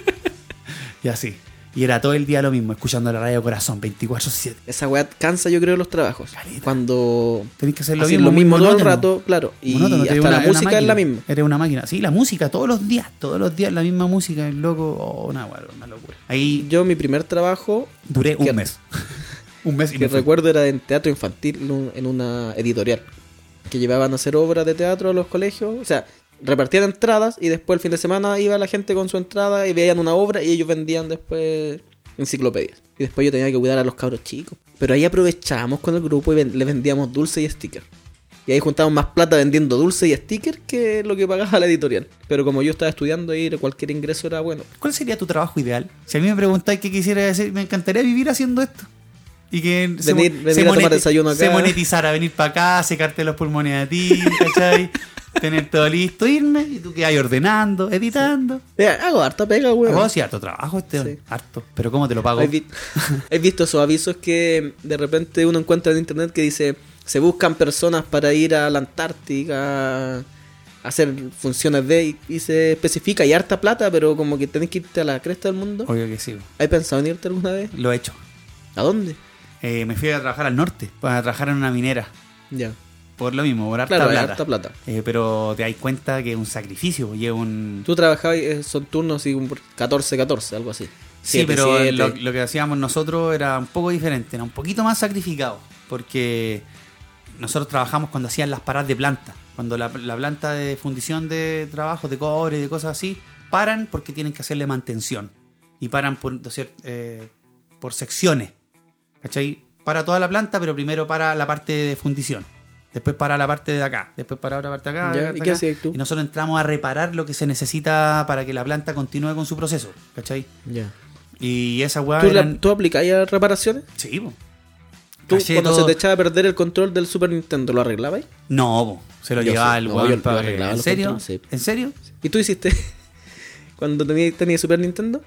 S2: y así. Y era todo el día lo mismo, escuchando la radio corazón, 24-7.
S1: Esa weá cansa, yo creo, los trabajos.
S2: Caleta.
S1: Cuando
S2: Tenés que hacer lo
S1: haces
S2: mismo,
S1: lo mismo
S2: muy
S1: todo el
S2: monótono.
S1: rato, claro. Y
S2: Monótono, te
S1: hasta
S2: digo,
S1: la
S2: una- una
S1: música es la
S2: máquina.
S1: misma.
S2: Eres una máquina. Sí, la música, todos los días, todos los días la misma música, el loco. Oh, una, guarda, una locura. Ahí
S1: Yo, mi primer trabajo
S2: duré
S1: que-
S2: un mes. [laughs] un mes y
S1: que
S2: me fui.
S1: recuerdo era en teatro infantil, en un- en una editorial. Que llevaban a hacer obras de teatro a los colegios. O sea, repartían entradas y después el fin de semana iba la gente con su entrada y veían una obra y ellos vendían después enciclopedias. Y después yo tenía que cuidar a los cabros chicos. Pero ahí aprovechábamos con el grupo y ven- les vendíamos dulce y stickers. Y ahí juntábamos más plata vendiendo dulce y stickers que lo que pagaba la editorial. Pero como yo estaba estudiando y cualquier ingreso era bueno.
S2: ¿Cuál sería tu trabajo ideal? Si a mí me preguntáis qué quisiera decir, me encantaría vivir haciendo esto. Y que se
S1: Venir-
S2: mo-
S1: venir a tomar
S2: moneti-
S1: desayuno acá.
S2: se monetizara, venir para acá, secarte los pulmones a ti,
S1: [laughs]
S2: ¿cachai? Tener todo listo, irme y tú quedas ahí ordenando, editando.
S1: Mira, Eh, hago harta pega, weón.
S2: Hago sí, harto trabajo este,
S1: Sí.
S2: harto. Pero ¿cómo te lo pago?
S1: ¿Has, vi- [laughs] has visto esos avisos que de repente uno encuentra en internet que dice se buscan personas para ir a la Antártica a hacer funciones de y, y se especifica y harta plata, pero como que tenés que irte a la cresta del mundo?
S2: Obvio que sí,
S1: ¿Has pensado en irte alguna vez?
S2: lo he hecho.
S1: ¿A dónde?
S2: Eh, me fui a trabajar al norte, para trabajar en una minera.
S1: Ya.
S2: Por lo mismo, por harta
S1: Claro,
S2: plata.
S1: harta plata.
S2: Eh, pero te das cuenta que es un sacrificio, porque es un...
S1: Tú trabajabas, eh, son turnos y 14-14, algo así.
S2: Sí,
S1: Siete,
S2: pero
S1: siete.
S2: Lo, lo que hacíamos nosotros era un poco diferente, era un poquito más sacrificado, porque nosotros trabajamos cuando hacían las paradas de planta, cuando la, la planta de fundición de trabajos, de cobre, de cosas así, paran porque tienen que hacerle mantención y paran por, no sé, eh, por secciones. ¿Cachai? Para toda la planta, pero primero para la parte de fundición. Después para la parte de acá, después para otra parte de acá.
S1: Ya,
S2: otra
S1: ¿y
S2: de
S1: qué
S2: acá.
S1: hacías tú?
S2: y nosotros entramos a reparar lo que se necesita para que la planta continúe con su proceso, ¿cachai?
S1: Ya.
S2: Y esa weá
S1: ¿Tú, la-
S2: Ah, eran...
S1: ¿Tú aplicabas a reparaciones?
S2: Sí, po.
S1: ¿Tú
S2: Caché
S1: cuando
S2: todo-
S1: se te echaba a perder el control del Super Nintendo lo arreglabas? ahí?
S2: No, po. Se lo
S1: Yo
S2: llevaba
S1: sí.
S2: el
S1: No,
S2: weón
S1: yo- yo
S2: pa' que-
S1: arreglaba
S2: ¿En
S1: los
S2: serio?
S1: controles, sí. [laughs]
S2: ¿En serio?
S1: ¿Y tú hiciste cuando tenías tenías Super Nintendo?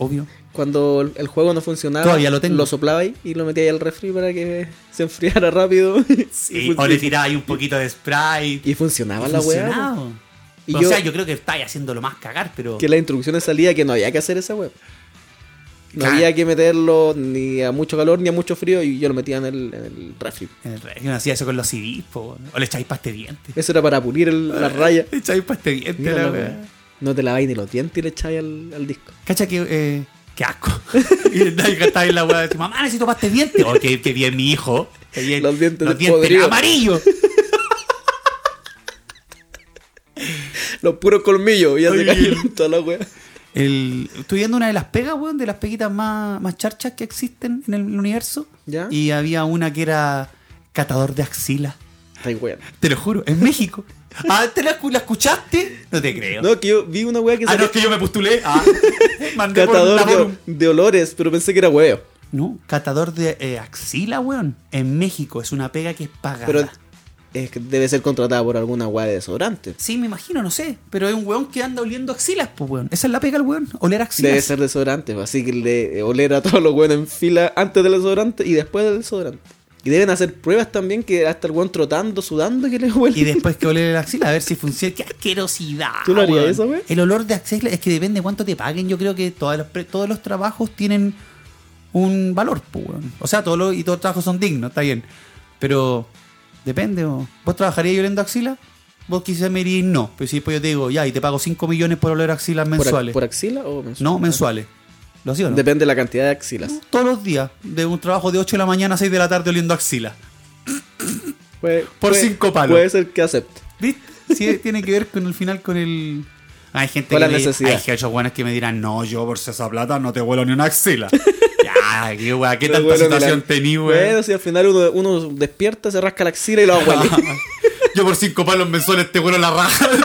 S2: obvio.
S1: Cuando el- el juego no funcionaba,
S2: Todavía lo tengo.
S1: soplaba ahí y lo metía ahí al refri para que se enfriara rápido. [laughs] y,
S2: Sí,
S1: func-
S2: o le tiraba ahí un poquito de Sprite.
S1: y funcionaba la weá.
S2: Funcionaba.
S1: Y
S2: o
S1: yo-
S2: sea, yo creo que estáis haciéndolo más cagar, pero.
S1: Que las instrucciones salía que no había que hacer esa weá. No
S2: Claro.
S1: había que meterlo ni a mucho calor ni a mucho frío y yo lo metía en el, en el refri.
S2: En el reggae uno hacía eso con los CDs, po, o le echáis paste diente.
S1: Eso era para pulir el- la raya.
S2: Le echáis paste diente
S1: Mira
S2: a la
S1: la
S2: wea.
S1: weá. No te laváis ni los dientes y le echáis al, al disco.
S2: Cacha que. Eh, qué asco. [laughs] y estáis en la wea. decís, Mamá, necesito paste diente. Oh, qué, qué bien, mi hijo. Qué bien.
S1: Los dientes
S2: los
S1: de
S2: dientes
S1: podrido.
S2: amarillos.
S1: Los puros colmillos, ya
S2: Oye.
S1: se cayeron toda la weá.
S2: El, estoy viendo una de las pegas, weón, de las peguitas más, más charchas que existen en el universo.
S1: ¿Ya?
S2: Y había una que era catador de axila.
S1: Ay, weá.
S2: Te lo juro, en México. [laughs] Ah, ¿te la, escu- la escuchaste? No te creo.
S1: No, que yo vi una weá que
S2: ah, no, es
S1: se
S2: que yo me postulé.
S1: [laughs]
S2: Ah, mandé por
S1: catador
S2: la
S1: de,
S2: Borum.
S1: de olores, pero pensé que era huevo.
S2: No, catador de eh, axila, weón. En México es una pega que es pagada.
S1: Pero es que debe ser contratada por alguna weá de desodorante.
S2: Sí, me imagino, no sé. Pero es un weón que anda oliendo axilas, pues, weón. Esa es la pega el weón, oler axilas.
S1: Debe ser desodorante, pues, así que le oler a todos los buenos en fila antes del desodorante y después del desodorante. Y deben hacer pruebas también que hasta el weón trotando, sudando, que le [laughs] huele.
S2: Y después que oler la axila, a ver si funciona. ¡Qué asquerosidad!
S1: ¿Tú lo harías
S2: weón!
S1: eso, güey?
S2: El olor de axila es que depende cuánto te paguen. Yo creo que todos los, pre- todos los trabajos tienen un valor, pues, weón. O sea, todos los, y todos los trabajos son dignos, está bien. Pero depende, weón. ¿Vos trabajarías yo oliendo axila? Vos quizás me dirías no. Pero si pues yo te digo, ya, y te pago 5 millones por oler axilas
S1: ¿Por,
S2: mensuales.
S1: ac- por axila o mensual?
S2: No, mensuales. ¿Lo hacía o no?
S1: Depende de la cantidad de axilas.
S2: Todos los días, de un trabajo de 8 de la mañana a 6 de la tarde oliendo axila.
S1: Puede-
S2: Por
S1: puede-
S2: cinco palos.
S1: Puede ser que acepte.
S2: ¿Viste? Sí, tiene que ver con el final con el. Hay gente
S1: Con
S2: que
S1: la
S2: me-
S1: necesidad.
S2: Hay muchos buenos que me dirán, no, yo por esa plata no te vuelo ni una axila. [laughs] ya, qué wea, qué
S1: No,
S2: tanta
S1: bueno,
S2: situación
S1: mira,
S2: tení,
S1: Bueno,
S2: weón.
S1: si al final uno, uno despierta, se rasca la axila y
S2: [laughs]
S1: lo huele.
S2: yo por cinco palos mensuales te vuelo la raja. [laughs]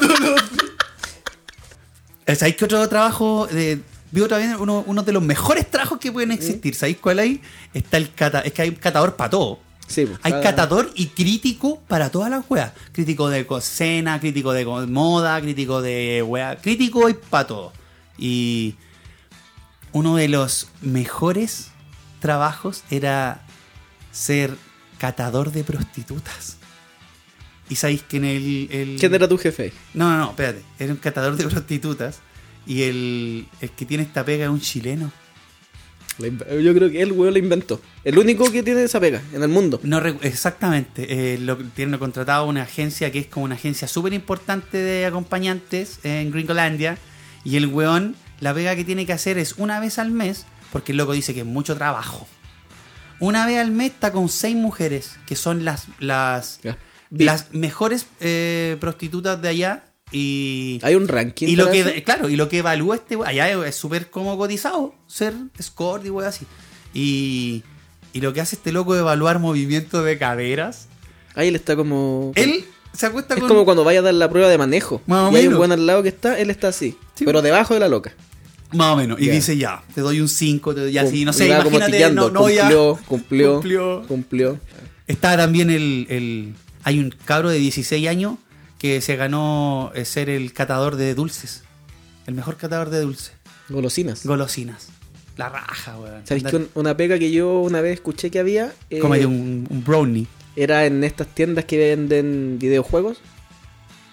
S2: ¿Sabéis qué otro trabajo? eh, De, vivo también uno, uno de los mejores trabajos que pueden existir. ¿Sabéis cuál hay? Está el cata, es que hay un catador para todo.
S1: Sí, pues,
S2: Hay
S1: cada-
S2: catador y crítico para todas las weas. Crítico de cocina, crítico de co- moda, crítico de wea. Crítico y para todo. Y uno de los mejores trabajos era ser catador de prostitutas. Y sabéis que en el. el-
S1: ¿Quién era tu jefe?
S2: No, no, no, espérate. Era un catador de prostitutas. Y el, el que tiene esta pega es un chileno.
S1: La inv- Yo creo que el weón la inventó. El único que tiene esa pega en el mundo.
S2: No recu- exactamente. Eh, lo tienen contratado una agencia que es como una agencia súper importante de acompañantes en Gringolandia. Y el weón, la pega que tiene que hacer es una vez al mes, porque el loco dice que es mucho trabajo. Una vez al mes está con seis mujeres, que son las, las,
S1: Ya.
S2: las mejores eh, prostitutas de allá. Y,
S1: Hay un ranking.
S2: y lo
S1: para
S2: que,
S1: eso?
S2: claro, y lo que evalúa este we- allá es es súper como cotizado ser escort y wey así. Y, y lo que hace este loco es evaluar movimiento de caderas.
S1: Ahí él está como.
S2: Él se acuesta
S1: es
S2: con.
S1: como cuando vaya a dar la prueba de manejo.
S2: Más o
S1: y hay un
S2: menos.
S1: buen al lado que está, él está así.
S2: Sí,
S1: pero
S2: pues.
S1: debajo de la loca.
S2: Más o menos. Y
S1: Ya.
S2: dice ya, te doy un 5, te doy
S1: Cum-
S2: así, no sé,
S1: y va como
S2: imagínate,
S1: tillando,
S2: no, no ya.
S1: cumplió, cumplió,
S2: Cumplió.
S1: cumplió,
S2: Está también el, el- Hay un cabro de 16 años que se ganó eh, ser el catador de dulces. El mejor catador de dulces.
S1: Golosinas.
S2: Golosinas. La raja, weón.
S1: ¿Sabes
S2: Andar-
S1: que un- una pega que yo una vez escuché que había? eh,
S2: Cómete un, un brownie.
S1: Era en estas tiendas que venden videojuegos.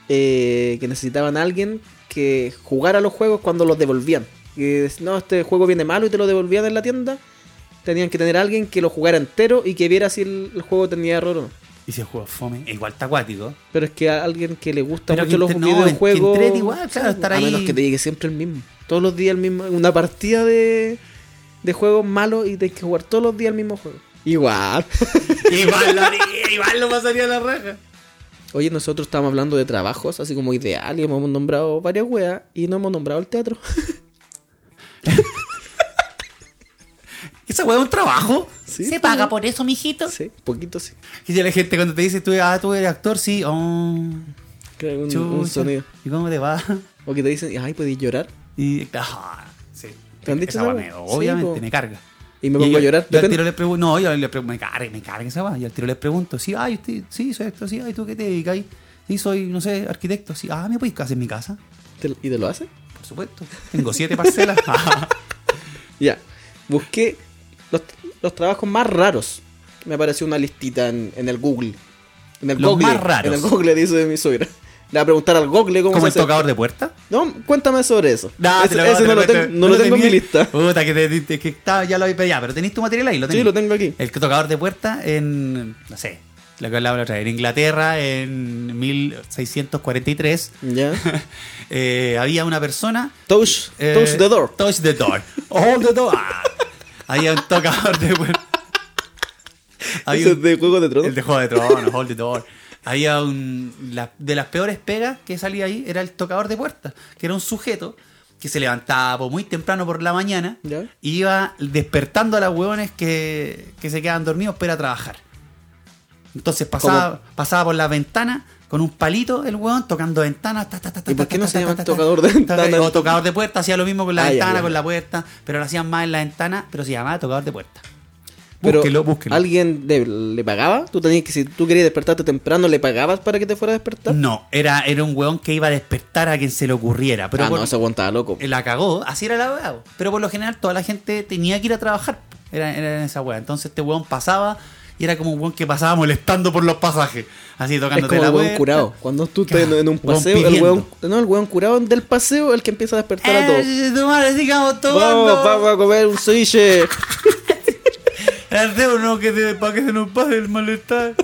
S1: eh, que necesitaban a alguien que jugara los juegos cuando los devolvían. Que es, no, este juego viene malo y te lo devolvían en la tienda. Tenían que tener a alguien que lo jugara entero y que viera si el, el juego tenía error o no.
S2: Y se juega fome. Igual está [laughs] acuático.
S1: Pero es que a alguien que le gusta
S2: Pero
S1: mucho
S2: que
S1: los
S2: entre- no,
S1: videojuegos.
S2: que entrete igual, claro, estar
S1: a
S2: ahí.
S1: menos que te llegue siempre el mismo. Todos los días el mismo. Una partida de, de juegos malos y tienes que jugar todos los días el mismo juego. Igual.
S2: Igual lo, haría, igual lo pasaría a la raja.
S1: Oye, nosotros estábamos hablando de trabajos así como ideal y hemos nombrado varias weas y no hemos nombrado el teatro. [laughs]
S2: Esa weá es un trabajo.
S1: Sí,
S4: ¿Se
S1: pues,
S4: paga por eso, mijito?
S1: Sí, poquito sí.
S2: Y si la gente cuando te dice, tú, ah, tú eres actor, sí. Oh,
S1: Creo que Un,
S2: chucha.
S1: un sonido.
S2: ¿Y cómo te va?
S1: O que te dicen, ay, podéis llorar.
S2: Y. ah, sí.
S1: ¿Te han dicho
S2: Esa
S1: esa
S2: weá
S1: weá?
S2: me-
S1: Sí,
S2: obviamente,
S1: po.
S2: me carga.
S1: Y me pongo
S2: yo-
S1: a llorar.
S2: Yo al
S1: Depende.
S2: tiro les pregunto, no, yo les pregunto, me carga, me carga esa weá. Y al tiro les pregunto, sí, ay, usted, sí, soy actor, sí, ay, ¿tú qué te dedicas? Sí, soy, no sé, arquitecto, sí, ah, ¿me puedes hacer en mi casa?
S1: ¿Te- ¿Y te lo hace? [laughs]
S2: Por supuesto. Tengo siete parcelas.
S1: Ya. Busqué los, los trabajos más raros. Me apareció una listita en, en el Google. En el
S2: Los
S1: Google.
S2: más raros.
S1: En el Google dice mi suegra. Le va a preguntar al Google cómo
S2: ¿Como
S1: se
S2: el
S1: hace.
S2: tocador de puerta?
S1: No, cuéntame sobre eso.
S2: Nah,
S1: ese
S2: te este-
S1: ese
S2: lo- te
S1: no, lo
S2: te-
S1: tengo, no lo tengo en mi
S2: tenías. [laughs]
S1: lista.
S2: Puta, que, te- te- que estaba- ya lo había pedido. Pero tenéis tu material ahí, lo
S1: Sí,
S2: tengo.
S1: lo tengo aquí.
S2: El tocador de puerta en, no sé, lo que hablaba la otra vez, en Inglaterra en
S1: [laughs]
S2: 1643
S1: Ya.
S2: eh, había una persona...
S1: Touch,
S2: eh,
S1: touch the door.
S2: Touch the door. Hold the
S1: [laughs]
S2: door. Ah, había un tocador de puerta. Había
S1: Ese
S2: un-
S1: es de Juego de Tronos.
S2: el de Juego de Tronos, Hold the Door. Había un. la- de las peores pegas que salía ahí era el tocador de puertas, que era un sujeto que se levantaba po, muy temprano por la mañana
S1: Ya.
S2: y iba despertando a las hueones que, que se quedaban dormidos para ir a trabajar. Entonces pasaba, pasaba por la ventana con un palito el hueón tocando ventanas. ta, ta, ta, ta,
S1: ¿Y por
S2: ta,
S1: qué
S2: ta,
S1: no
S2: ta,
S1: se
S2: ta,
S1: llama
S2: ta,
S1: tocador
S2: ta,
S1: de
S2: ta,
S1: ventana?
S2: O tocador de puerta, hacía lo mismo con la
S1: Ah, ya,
S2: ventana,
S1: ya.
S2: con la puerta, pero lo hacían más en la ventana, pero se llamaba tocador de puerta.
S1: Pero
S2: Búsquelo, búsquelo.
S1: ¿Alguien de- le pagaba? ¿Tú tenías que, si tú querías despertarte temprano, le pagabas para que te fuera a despertar?
S2: No, era, era un weón que iba a despertar a quien se le ocurriera. Pero
S1: ah,
S2: por-
S1: no, se aguantaba loco.
S2: la cagó, así era la weá. po. Pero por lo general toda la gente tenía que ir a trabajar. po. Era, era en esa weá. Entonces este weón pasaba y era como un weón que pasaba molestando por los pasajes. Así
S1: Es
S2: tocándote
S1: como
S2: la
S1: el weón
S2: puerta.
S1: curado. Cuando tú estás en,
S2: Claro,
S1: en un
S2: weón
S1: paseo, el
S2: pidiendo.
S1: weón, no, el weón curado del paseo el que empieza a despertar a todos.
S2: Eh, tu madre, sigamos tomando.
S1: Vamos, vamos a comer un ceviche.
S2: El dedo no, que te, para que se nos pase el malestar.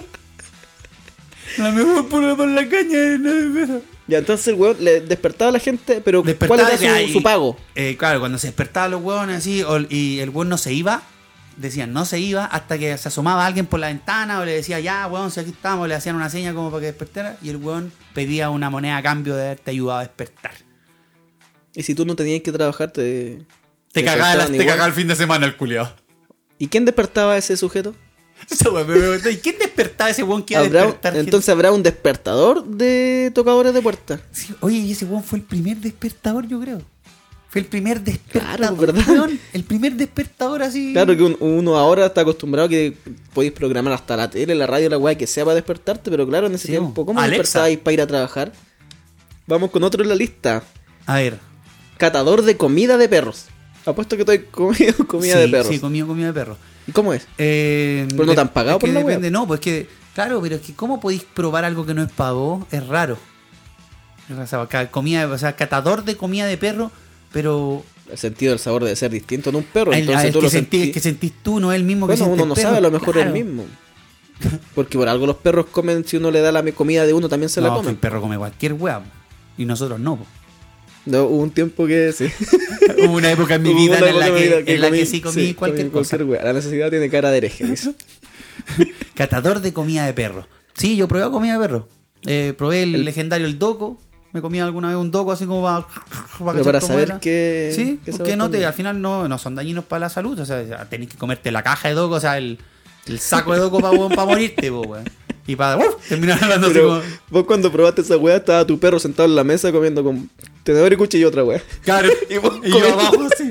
S2: La mejor pura por la caña. eh, no, no.
S1: Ya, entonces el weón le despertaba a la gente, pero
S2: Despertaba
S1: ¿cuál
S2: de
S1: era su,
S2: ahí.
S1: su pago?
S2: Eh, claro, cuando se despertaban los huevones así o- y el hueón no se iba, decían no se iba hasta que se asomaba alguien por la ventana o le decía ya, hueón, si aquí estamos, le hacían una seña como para que despertara y el hueón pedía una moneda a cambio de haberte ayudado a despertar.
S1: Y si tú no tenías que trabajar, te.
S2: Te cagaba,
S1: despertaban
S2: la- te
S1: igual.
S2: cagaba el fin de semana el culiao.
S1: ¿Y quién despertaba a ese sujeto?
S2: [laughs] Esa hueá me preguntó, ¿Y quién despertaba a ese hueón que iba a
S1: ¿Habrá-
S2: despertar? gente?
S1: entonces habrá un despertador de tocadores de puertas.
S2: Sí, oye, y ese hueón fue el primer despertador, yo creo. Fue el primer despertador.
S1: Claro, ¿verdad?
S2: hueón, el primer despertador así.
S1: Claro que un- uno ahora está acostumbrado que podéis programar hasta la tele, la radio, la weá que sea para despertarte, pero claro, en ese
S2: Sí,
S1: tiempo,
S2: bo.
S1: ¿cómo
S2: Alexa.
S1: despertabais para ir a trabajar? Vamos con otro en la lista.
S2: A ver.
S1: Catador de comida de perros. Apuesto que estoy comiendo [laughs] comida
S2: sí,
S1: de perros.
S2: Sí, comido comida de perro.
S1: ¿Y cómo es?
S2: Eh,
S1: Pero no te han pagado
S2: es que
S1: por la wea.
S2: depende, No, pues que, claro, pero es que ¿cómo podéis probar algo que no es pavo? Es raro. O sea, ca- comida, o sea, catador de comida de perro, pero
S1: El sentido del sabor debe ser distinto en un perro.
S2: el,
S1: entonces
S2: el
S1: tú
S2: que
S1: lo
S2: sentí-
S1: sentís.
S2: el que sentís tú no es el mismo que
S1: Bueno,
S2: siente
S1: uno
S2: el
S1: no
S2: perro.
S1: sabe, a lo mejor
S2: Claro.
S1: el mismo. Porque por algo los perros comen, si uno le da la mi- comida de uno, también se la
S2: No, que el
S1: comen.
S2: perro come cualquier hueá y nosotros no.
S1: [laughs]
S2: po.
S1: No, hubo un tiempo que sí.
S2: Hubo una época en mi
S1: Hubo
S2: vida
S1: una
S2: en
S1: época
S2: la
S1: de mi
S2: que,
S1: vida
S2: en la que
S1: comí-
S2: sí comí cualquier cosa.
S1: wea. La necesidad tiene cara de hereje,
S2: [laughs]
S1: dice.
S2: Catador de comida de perro. Sí, yo probé comida de perro. Eh, probé el,
S1: El-
S2: legendario el doco. Me comía alguna vez un doco así como para,
S1: Pero para saber qué-
S2: Sí,
S1: qué
S2: porque
S1: sabor
S2: no te,
S1: tenía.
S2: al final no, no son dañinos para la salud. O sea, ya tenés que comerte la caja de doco, o sea, el, el saco de doco para morirte, po, weón. Y para uf, terminar hablando así
S1: Pero
S2: como.
S1: vos cuando probaste esa weá, estaba tu perro sentado en la mesa comiendo con tenedor y cuchillo otra weá. [laughs]
S2: Claro, y,
S1: vos
S2: yo
S1: comiendo.
S2: abajo así.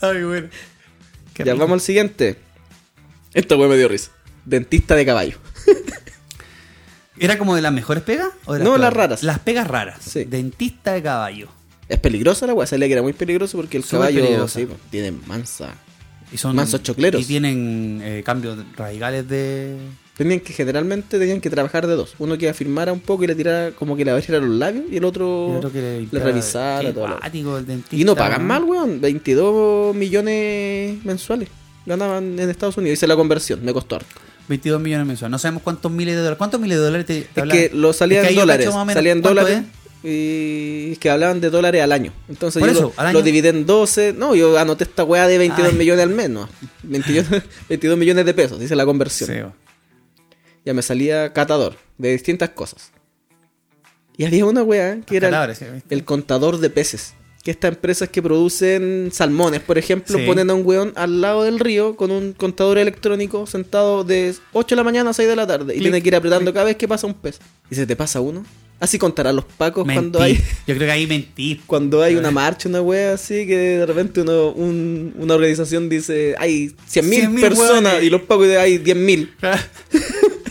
S2: Ay, bueno. Qué
S1: Ya
S2: rico.
S1: vamos al siguiente. Esta weá me dio risa. Dentista de caballo.
S2: ¿Era como de las mejores pegas? o de
S1: No, las
S2: peores?
S1: raras.
S2: Las pegas raras.
S1: Sí.
S2: Dentista de caballo.
S1: Es peligrosa la weá, sabía que era muy peligroso porque el
S2: Súper
S1: caballo
S2: peligrosa.
S1: sí, pues, tiene mansa.
S2: Y son
S1: Mansos chocleros.
S2: Y tienen eh, cambios radicales de.
S1: Tenían que generalmente tenían que trabajar de dos. Uno que afirmara un poco y le tirara como que le abriera los labios y el otro,
S2: yo creo que
S1: le, Ah,
S2: limpiaba-
S1: revisara.
S2: qué
S1: todo lo-
S2: cuático el dentista,
S1: Y no pagan
S2: weón.
S1: mal, weón. 22 millones mensuales ganaban en Estados Unidos. Hice la conversión, me costó harto.
S2: 22 millones mensuales. No sabemos cuántos miles de dólares. ¿Cuántos miles de dólares te, te
S1: Es
S2: hablan?
S1: que lo salían
S2: Es que ahí yo
S1: dólares.
S2: cacho más o menos
S1: Salían
S2: cuánto
S1: dólares.
S2: es.
S1: Y es que hablaban de dólares al año. Entonces
S2: Por
S1: yo
S2: eso,
S1: lo,
S2: al
S1: lo
S2: año.
S1: dividí en 12. No, yo anoté esta weá de 22
S2: Ay.
S1: millones al menos.
S2: [laughs]
S1: 22, 22 millones de pesos, dice la conversión.
S2: Sí, weón.
S1: Ya me salía catador de distintas cosas. Y había una weá que era
S2: Catadores,
S1: el,
S2: sí, ¿viste?
S1: el contador de peces. Que estas empresas que producen salmones, por ejemplo,
S2: Sí.
S1: ponen a un weón al lado del río con un contador electrónico sentado de 8 de la mañana a 6 de la tarde. Y
S2: Clic,
S1: tiene que ir apretando cada vez que pasa un pez. Y se te pasa uno. Así contarán los pacos
S2: Mentí.
S1: cuando hay
S2: Yo creo que
S1: [laughs]
S2: ahí mentí.
S1: cuando hay una marcha, una wea así, que de repente uno, un- una organización dice, hay 100.000
S2: 100.000
S1: personas
S2: hueones.
S1: y los pacos dicen, hay 10.000.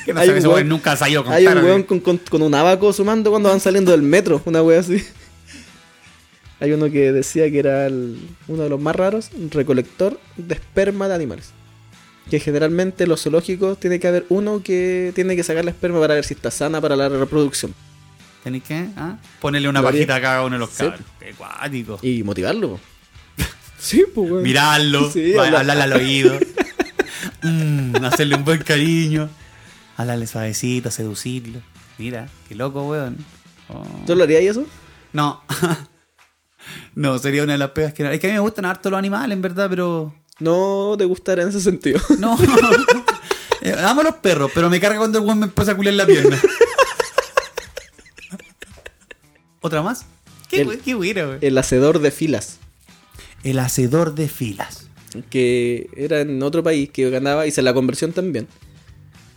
S2: que no
S1: Hay
S2: sabes,
S1: un
S2: ese
S1: weón-
S2: weón nunca salió con
S1: Hay un weón con, con, con un abaco sumando cuando van saliendo del metro, una wea así. [laughs] Hay uno que decía que era el- uno de los más raros, recolector de esperma de animales. Que generalmente los zoológicos tiene que haber uno que tiene que sacar la esperma para ver si está sana para la reproducción
S2: Tenéis que ah, ponerle una
S1: Lo haría.
S2: pajita a cada uno de los
S1: Sí.
S2: cabros. Qué cuático.
S1: y motivarlo. po. [laughs] sí, pues. weón.
S2: Mirarlo,
S1: Sí,
S2: va-
S1: habla-
S2: hablarle al oído, Mm, hacerle un buen cariño, hablarle suavecito, seducirlo. Mira, qué loco, weón. Oh.
S1: ¿Tú lo harías eso?
S2: No. [laughs] no, sería una de las pegas que... Es que a mí me gustan harto los animales, en verdad, pero...
S1: No te gustará en ese sentido. [laughs]
S2: No. [laughs] Eh, Amo los perros, pero me carga cuando el weón me empieza a culiar la pierna. [laughs] ¿Otra más? Qué,
S1: El-
S2: we- qué buena, weón.
S1: El hacedor de filas.
S2: El hacedor de filas.
S1: que era en otro país que ganaba, hice la conversión también.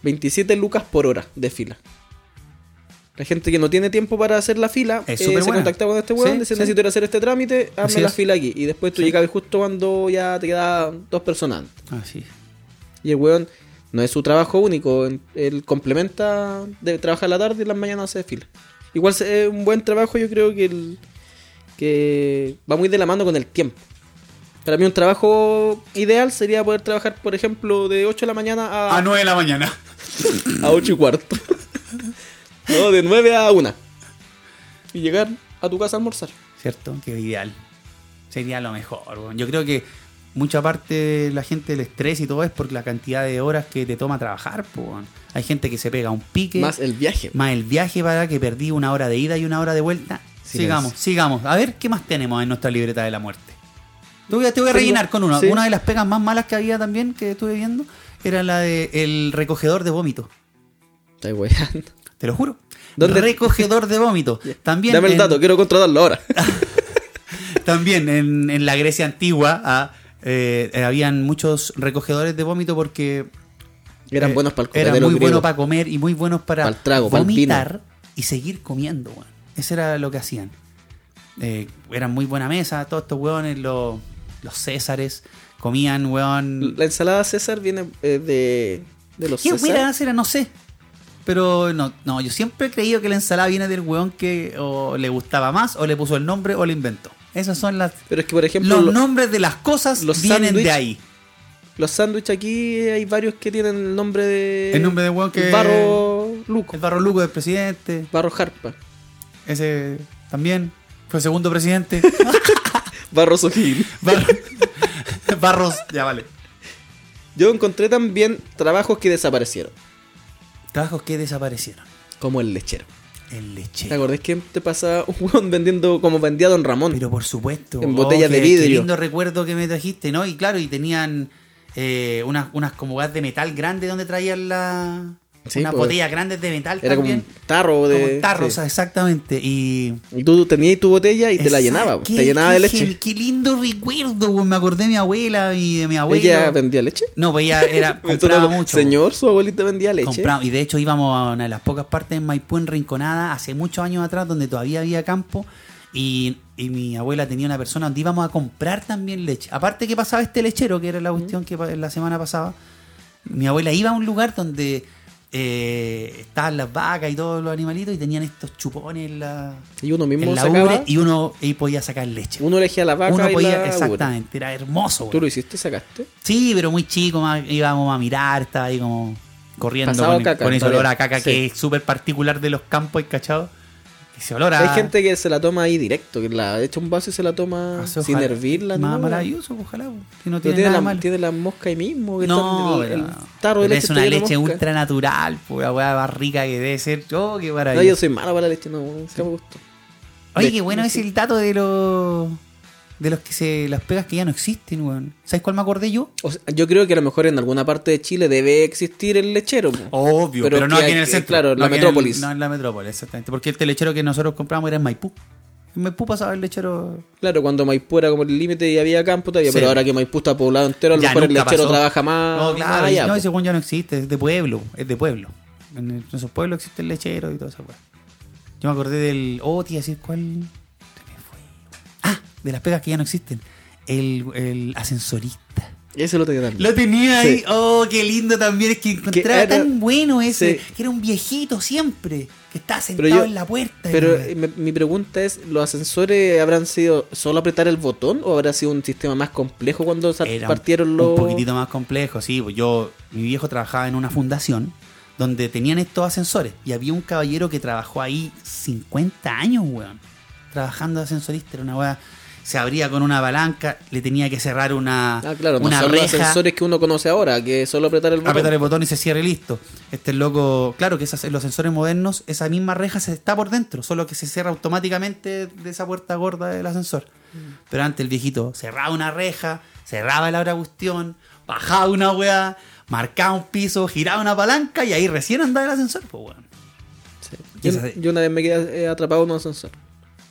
S1: 27 lucas por hora de fila. La gente que no tiene tiempo para hacer la fila
S2: Es
S1: eh, se
S2: superbuena.
S1: contactaba con este weón,
S2: Sí,
S1: decía,
S2: sí.
S1: necesito ir a hacer este trámite, hazme
S2: Así
S1: la
S2: es.
S1: fila aquí. Y después tú llegabas justo cuando ya te quedaban dos personas. antes.
S2: Así.
S1: Y el weón no es su trabajo único, en- él complementa de trabajar la tarde y las mañanas hace fila. Igual se- es un buen trabajo, yo creo que el- que va muy de la mano con el tiempo. Para mí un trabajo ideal sería poder trabajar, por ejemplo, de 8 de la mañana a,
S2: A 9 Ah, de la mañana.
S1: a 8 y cuarto. [laughs] no, de 9 a 1. Y llegar a tu casa a almorzar.
S2: ¿Cierto? Que ideal. Sería lo mejor. weón. Yo creo que mucha parte de la gente del estrés y todo es por la cantidad de horas que te toma trabajar. po, weón. Hay gente que se pega un pique.
S1: Más el viaje.
S2: más el viaje para que perdí una hora de ida y una hora de vuelta.
S1: Silencio.
S2: Sigamos, sigamos. A ver, ¿qué más tenemos en nuestra libreta de la muerte? Te voy a, te voy a
S1: Tengo-
S2: rellenar con una.
S1: sí.
S2: Una de las pegas más malas que había también que estuve viendo era la de el recogedor de vómito.
S1: Estoy weando.
S2: Te lo juro.
S1: ¿Dónde-
S2: Recogedor
S1: [laughs]
S2: de vómito. También
S1: Dame el
S2: en-
S1: dato, quiero controlarlo
S2: [laughs]
S1: ahora.
S2: También en, en la Grecia antigua ah, eh, eh, habían muchos recogedores de vómito porque
S1: Eran
S2: eh,
S1: buenos para el
S2: eran
S1: cocotero
S2: muy
S1: griego.
S2: buenos para comer y muy buenos para
S1: Pa'l trago, pa'l
S2: vomitar y seguir comiendo. weón. Eso era lo que hacían. Eh, eran muy buena mesa, todos estos hueones, los, los césares, comían, hueón.
S1: La ensalada César viene eh, de, de los
S2: ¿Qué
S1: César.
S2: hueonas eran? No sé. Pero no, no, yo siempre he creído que la ensalada viene del hueón que o le gustaba más, o le puso el nombre, o le inventó. Esas son las,
S1: Pero es que, por ejemplo,
S2: los
S1: lo-
S2: nombres de las cosas
S1: los
S2: vienen
S1: sándwich-
S2: de ahí.
S1: los sándwiches aquí eh, hay varios que tienen el nombre de.
S2: El nombre de hueón que-
S1: el Barro Luco.
S2: El barro Luco del presidente,
S1: Barro Jarpa.
S2: ese también fue
S1: [laughs]
S2: segundo presidente.
S1: Barro Sojil.
S2: Barro- Barros, ya vale.
S1: Yo encontré también trabajos que desaparecieron.
S2: Trabajos que desaparecieron.
S1: Como el lechero.
S2: El
S1: ¿Te
S2: lechero.
S1: acordás que te pasa un hueón vendiendo como vendía Don Ramón?
S2: Pero por supuesto. oh,
S1: En botellas
S2: qué-
S1: de
S2: qué
S1: vidrio.
S2: lindo recuerdo que me trajiste, ¿no? Y claro, y tenían eh, unas, unas como gas de metal grandes donde traían la.
S1: Sí,
S2: unas
S1: pues.
S2: botellas grandes de metal
S1: Era como
S2: también.
S1: un tarro de.
S2: Como tarros,
S1: sí.
S2: exactamente. Y.
S1: Y tú tenías tu botella y te la llenaba.
S2: Qué-
S1: Te llenaba de
S2: qué
S1: leche.
S2: gel- Qué lindo recuerdo, güey. Me acordé de mi abuela y de mi abuelo.
S1: ¿Ella vendía leche?
S2: No, pues ella era, compraba
S1: [laughs] Entonces,
S2: mucho.
S1: Señor, su abuelita vendía leche.
S2: Compramos- y de hecho íbamos a una de las pocas partes en Maipú, en Rinconada, hace muchos años atrás, donde todavía había campo. Y, y mi abuela tenía una persona donde íbamos a comprar también leche. Aparte que pasaba este lechero, que era la cuestión que pa- la semana pasaba. Mi abuela iba a un lugar donde eh, estaban las vacas y todos los animalitos y tenían estos chupones en la,
S1: Y uno mismo
S2: en la
S1: sacaba.
S2: ubre y uno y podía sacar leche.
S1: Uno elegía la vaca
S2: Uno
S1: y
S2: podía,
S1: la ubre.
S2: exactamente, era hermoso. güey.
S1: ¿Tú lo hiciste? ¿Sacaste?
S2: Sí, pero muy chico, más- íbamos a mirar, estaba ahí como corriendo
S1: Pasado
S2: con, el-
S1: caca,
S2: con ese
S1: está
S2: olor
S1: bien.
S2: a caca
S1: Sí.
S2: que es súper particular de los campos, ¿cachado? Ese olor a...
S1: Hay gente que se la toma ahí directo, que la echa un vaso y se la toma
S2: Así,
S1: sin
S2: ojalá-
S1: hervirla. ni
S2: Más
S1: nada.
S2: maravilloso, pues, ojalá. po. Si no
S1: Pero
S2: tiene,
S1: tiene,
S2: nada
S1: la,
S2: malo.
S1: tiene la mosca ahí mismo. que
S2: No,
S1: está- el-
S2: pero-
S1: el este tarro de
S2: pero
S1: leche
S2: es una
S1: está lleno de
S2: leche
S1: mosca.
S2: ultra natural, pura weá más rica que debe ser. Oh,
S1: No,
S2: qué
S1: yo
S2: maravilloso.
S1: soy malo para la leche, no, nunca me gustó.
S2: Oye, qué bueno es el dato de los... De los que se... Las pegas que ya no existen, weón. ¿Sabes cuál me acordé yo?
S1: O sea, yo creo que a lo mejor en alguna parte de Chile debe existir el lechero. po.
S2: Obvio, pero, no
S1: que
S2: aquí en
S1: hay- Eh,
S2: el centro.
S1: Claro,
S2: No
S1: la
S2: aquí en el-
S1: metrópolis.
S2: no en la metrópolis, exactamente. Porque el telechero que nosotros compramos era en Maipú. En Maipú pasaba el lechero.
S1: Claro, cuando Maipú era como el límite y había campo todavía,
S2: Sí.
S1: pero ahora que Maipú está poblado entero, a lo
S2: Ya
S1: mejor el
S2: nunca
S1: lechero
S2: pasó.
S1: trabaja más. Ah, pues.
S2: No,
S1: más
S2: claro,
S1: allá,
S2: no,
S1: po.
S2: ese weón ya no existe, es de pueblo, es de pueblo. En, el- en esos pueblos existe el lechero y todo eso, Yo me acordé del. Oh, te iba a decir cuál. se me fue. Ah, de las pegas que ya no existen. El, el ascensorista.
S1: Ese lo tenía también.
S2: Lo tenía ahí.
S1: Sí.
S2: Oh, qué lindo también. Es que encontraba
S1: era-
S2: tan bueno ese.
S1: sí.
S2: Que era un viejito siempre. Que estaba
S1: Pero
S2: sentado
S1: yo-
S2: en la puerta.
S1: Pero
S2: ¿no?
S1: eh, me- mi pregunta es, ¿los ascensores habrán sido solo apretar el botón o habrá sido un sistema más complejo cuando sa-
S2: Era un-
S1: partieron los...
S2: Un poquitito más complejo, sí. pues Yo, mi viejo trabajaba en una fundación donde tenían estos ascensores. Y había un caballero que trabajó ahí 50 años, weón. Trabajando de ascensorista, era una weá. Se abría con una palanca, le tenía que cerrar una,
S1: Ah, claro, no
S2: una
S1: son los
S2: reja,
S1: ascensores que uno conoce ahora, que es solo apretar el botón.
S2: apretar el botón y se cierra y listo. Este loco, claro que esas, en los sensores modernos, esa misma reja se está por dentro, solo que se cierra automáticamente de esa puerta gorda del ascensor. Pero antes el viejito cerraba una reja, cerraba la otra cuestión, bajaba una weá, marcaba un piso, giraba una palanca y ahí recién andaba el ascensor. Pues weón.
S1: Sí. Yo,
S2: Y esa-
S1: yo una vez me quedé eh, atrapado en un ascensor.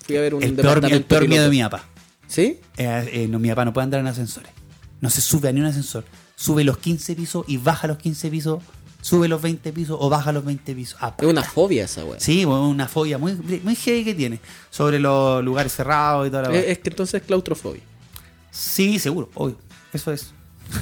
S1: Fui a ver un
S2: El peor, el peor
S1: piloto.
S2: miedo de mi papá.
S1: ¿Sí?
S2: Eh, eh, no, mi papá no puede andar en ascensores. No se sube a ni un ascensor. Sube los 15 pisos y baja los 15 pisos. Sube los 20 pisos o baja los 20 pisos. A
S1: Es una fobia esa weá.
S2: Sí, bueno, una fobia muy, muy heavy que tiene sobre los lugares cerrados y toda la
S1: es,
S2: cosa.
S1: es que entonces es claustrofobia.
S2: Sí, seguro, obvio. Eso es. [laughs]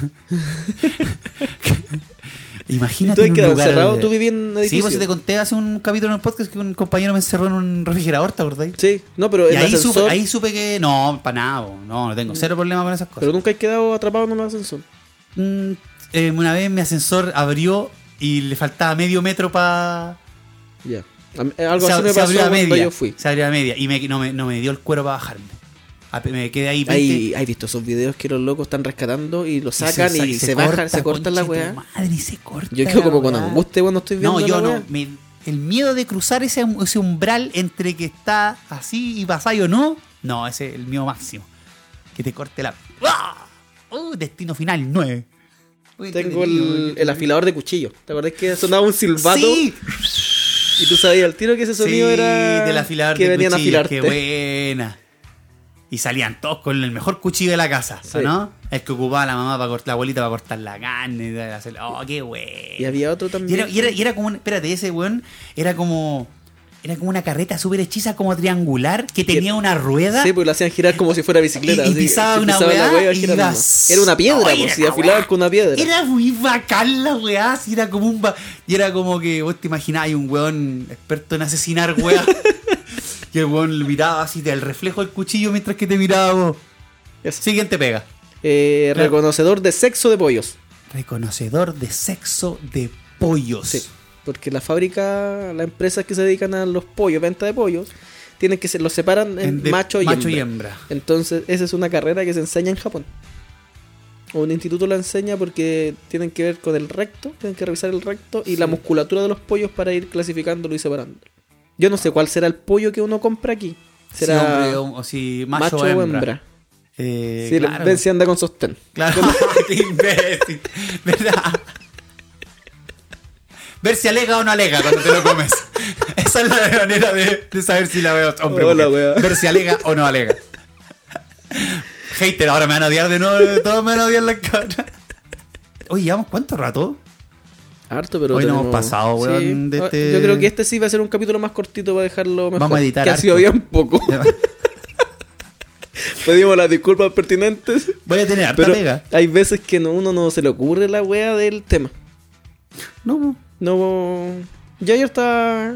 S1: ¿Tú
S2: Imagínate.
S1: has
S2: en un
S1: quedado
S2: lugar
S1: encerrado?
S2: donde-
S1: ¿Tú vivías en un
S2: Sí,
S1: edificio?
S2: pues si te conté hace un capítulo en el podcast que un compañero me encerró en un refrigerador, ¿te acordáis?
S1: Sí, no, pero
S2: y
S1: el
S2: ahí
S1: ascensor...
S2: supe, ahí supe que. No, para nada, bo, no, no tengo cero problema con esas
S1: Pero
S2: cosas.
S1: nunca he quedado atrapado en un ascensor.
S2: Mm, eh, una vez mi ascensor abrió y le faltaba medio metro para.
S1: Ya. A mí- Algo
S2: se,
S1: así me
S2: se
S1: pasó
S2: abrió a
S1: cuando
S2: media.
S1: yo fui.
S2: Se abrió a media. Y me, no, me, no me dio el cuero para bajarme. A- Me quedé ahí. 20,
S1: Hay, hay visto esos videos que los locos están rescatando y lo sacan y se, bajan, se cortan la
S2: concha de
S1: weá.
S2: tu Madre, y se corta.
S1: Yo quedo
S2: la
S1: como con
S2: weá.
S1: angustia cuando estoy viendo
S2: No, yo
S1: la
S2: no.
S1: weá.
S2: me- el miedo de cruzar ese, ese umbral entre que está así y pasáis o no. No, ese es el mío máximo. Que te corte la. ¡Ah! ¡Uh! destino final 9.
S1: Tengo el, el afilador de cuchillo. ¿Te acordás que sonaba un silbato?
S2: Sí,
S1: Y tú sabías al tiro que ese sonido
S2: Sí,
S1: era.
S2: del afilador
S1: que
S2: de
S1: venían
S2: cuchillos,
S1: a afilarte.
S2: Qué buena. Y salían todos con el mejor cuchillo de la casa,
S1: Sí.
S2: ¿no? El que ocupaba la mamá para cortar, la abuelita para cortar la carne, y hacer- oh, qué
S1: Y
S2: bueno.
S1: había otro
S2: Y
S1: también.
S2: era, y era- y era como un- espérate, ese weón era como era como una carreta súper hechiza, como triangular, que tenía una rueda.
S1: e- Sí, porque lo hacían girar como si fuera
S2: y,
S1: bicicleta.
S2: y
S1: así,
S2: pisaba
S1: se
S2: una
S1: pisaba la
S2: weá,
S1: weá
S2: y
S1: girando.
S2: iba-
S1: Era una piedra,
S2: Oye,
S1: pues,
S2: era
S1: si
S2: una
S1: afilaban
S2: weá.
S1: con una piedra.
S2: Era muy bacán la weá, así era como un... ba- Y era como que vos te imaginabas un weón experto en asesinar
S1: [laughs]
S2: weá. y el weón le miraba así del reflejo del cuchillo mientras que te miraba vos.
S1: Eso.
S2: Siguiente pega.
S1: Eh,
S2: Claro.
S1: Reconocedor de sexo de pollos.
S2: Reconocedor de sexo de pollos.
S1: Sí. Porque la fábrica, las empresas que se dedican a los pollos, venta de pollos, tienen que se los separan en,
S2: En de-
S1: macho, y,
S2: macho
S1: hembra.
S2: y hembra.
S1: Entonces, esa es una carrera que se enseña en Japón. O un instituto la enseña porque tienen que ver con el recto, tienen que revisar el recto y la musculatura de los pollos para ir clasificándolo y separándolo. Yo no sé cuál será el pollo que uno compra aquí.
S2: Si
S1: Será
S2: hombre o, o si macho, o hembra. Eh,
S1: Si
S2: claro.
S1: ven si anda con sostén.
S2: Claro,
S1: [laughs]
S2: qué imbécil. ¿Verdad? Ver si alega o no alega cuando te lo comes. Esa es la manera de, de saber si la veo hombre o
S1: Hola,
S2: mujer.
S1: wea.
S2: Ver si alega o no alega. Hater, ahora me van a odiar de nuevo. eh, Todos me van a odiar la cara. Oye, ¿llevamos cuánto rato?
S1: Harto, pero.
S2: Hoy no hemos pasado,
S1: Sí.
S2: weón, de este-
S1: Yo creo que este sí va a ser un capítulo más cortito para dejarlo mejor.
S2: Vamos a editar
S1: Que ha
S2: harto.
S1: sido bien
S2: [laughs]
S1: poco. [laughs] Pedimos las disculpas pertinentes.
S2: Voy a tener harta
S1: Pero
S2: pega.
S1: hay veces que no, uno no se le ocurre la wea del tema.
S2: No,
S1: No. Yo ayer estaba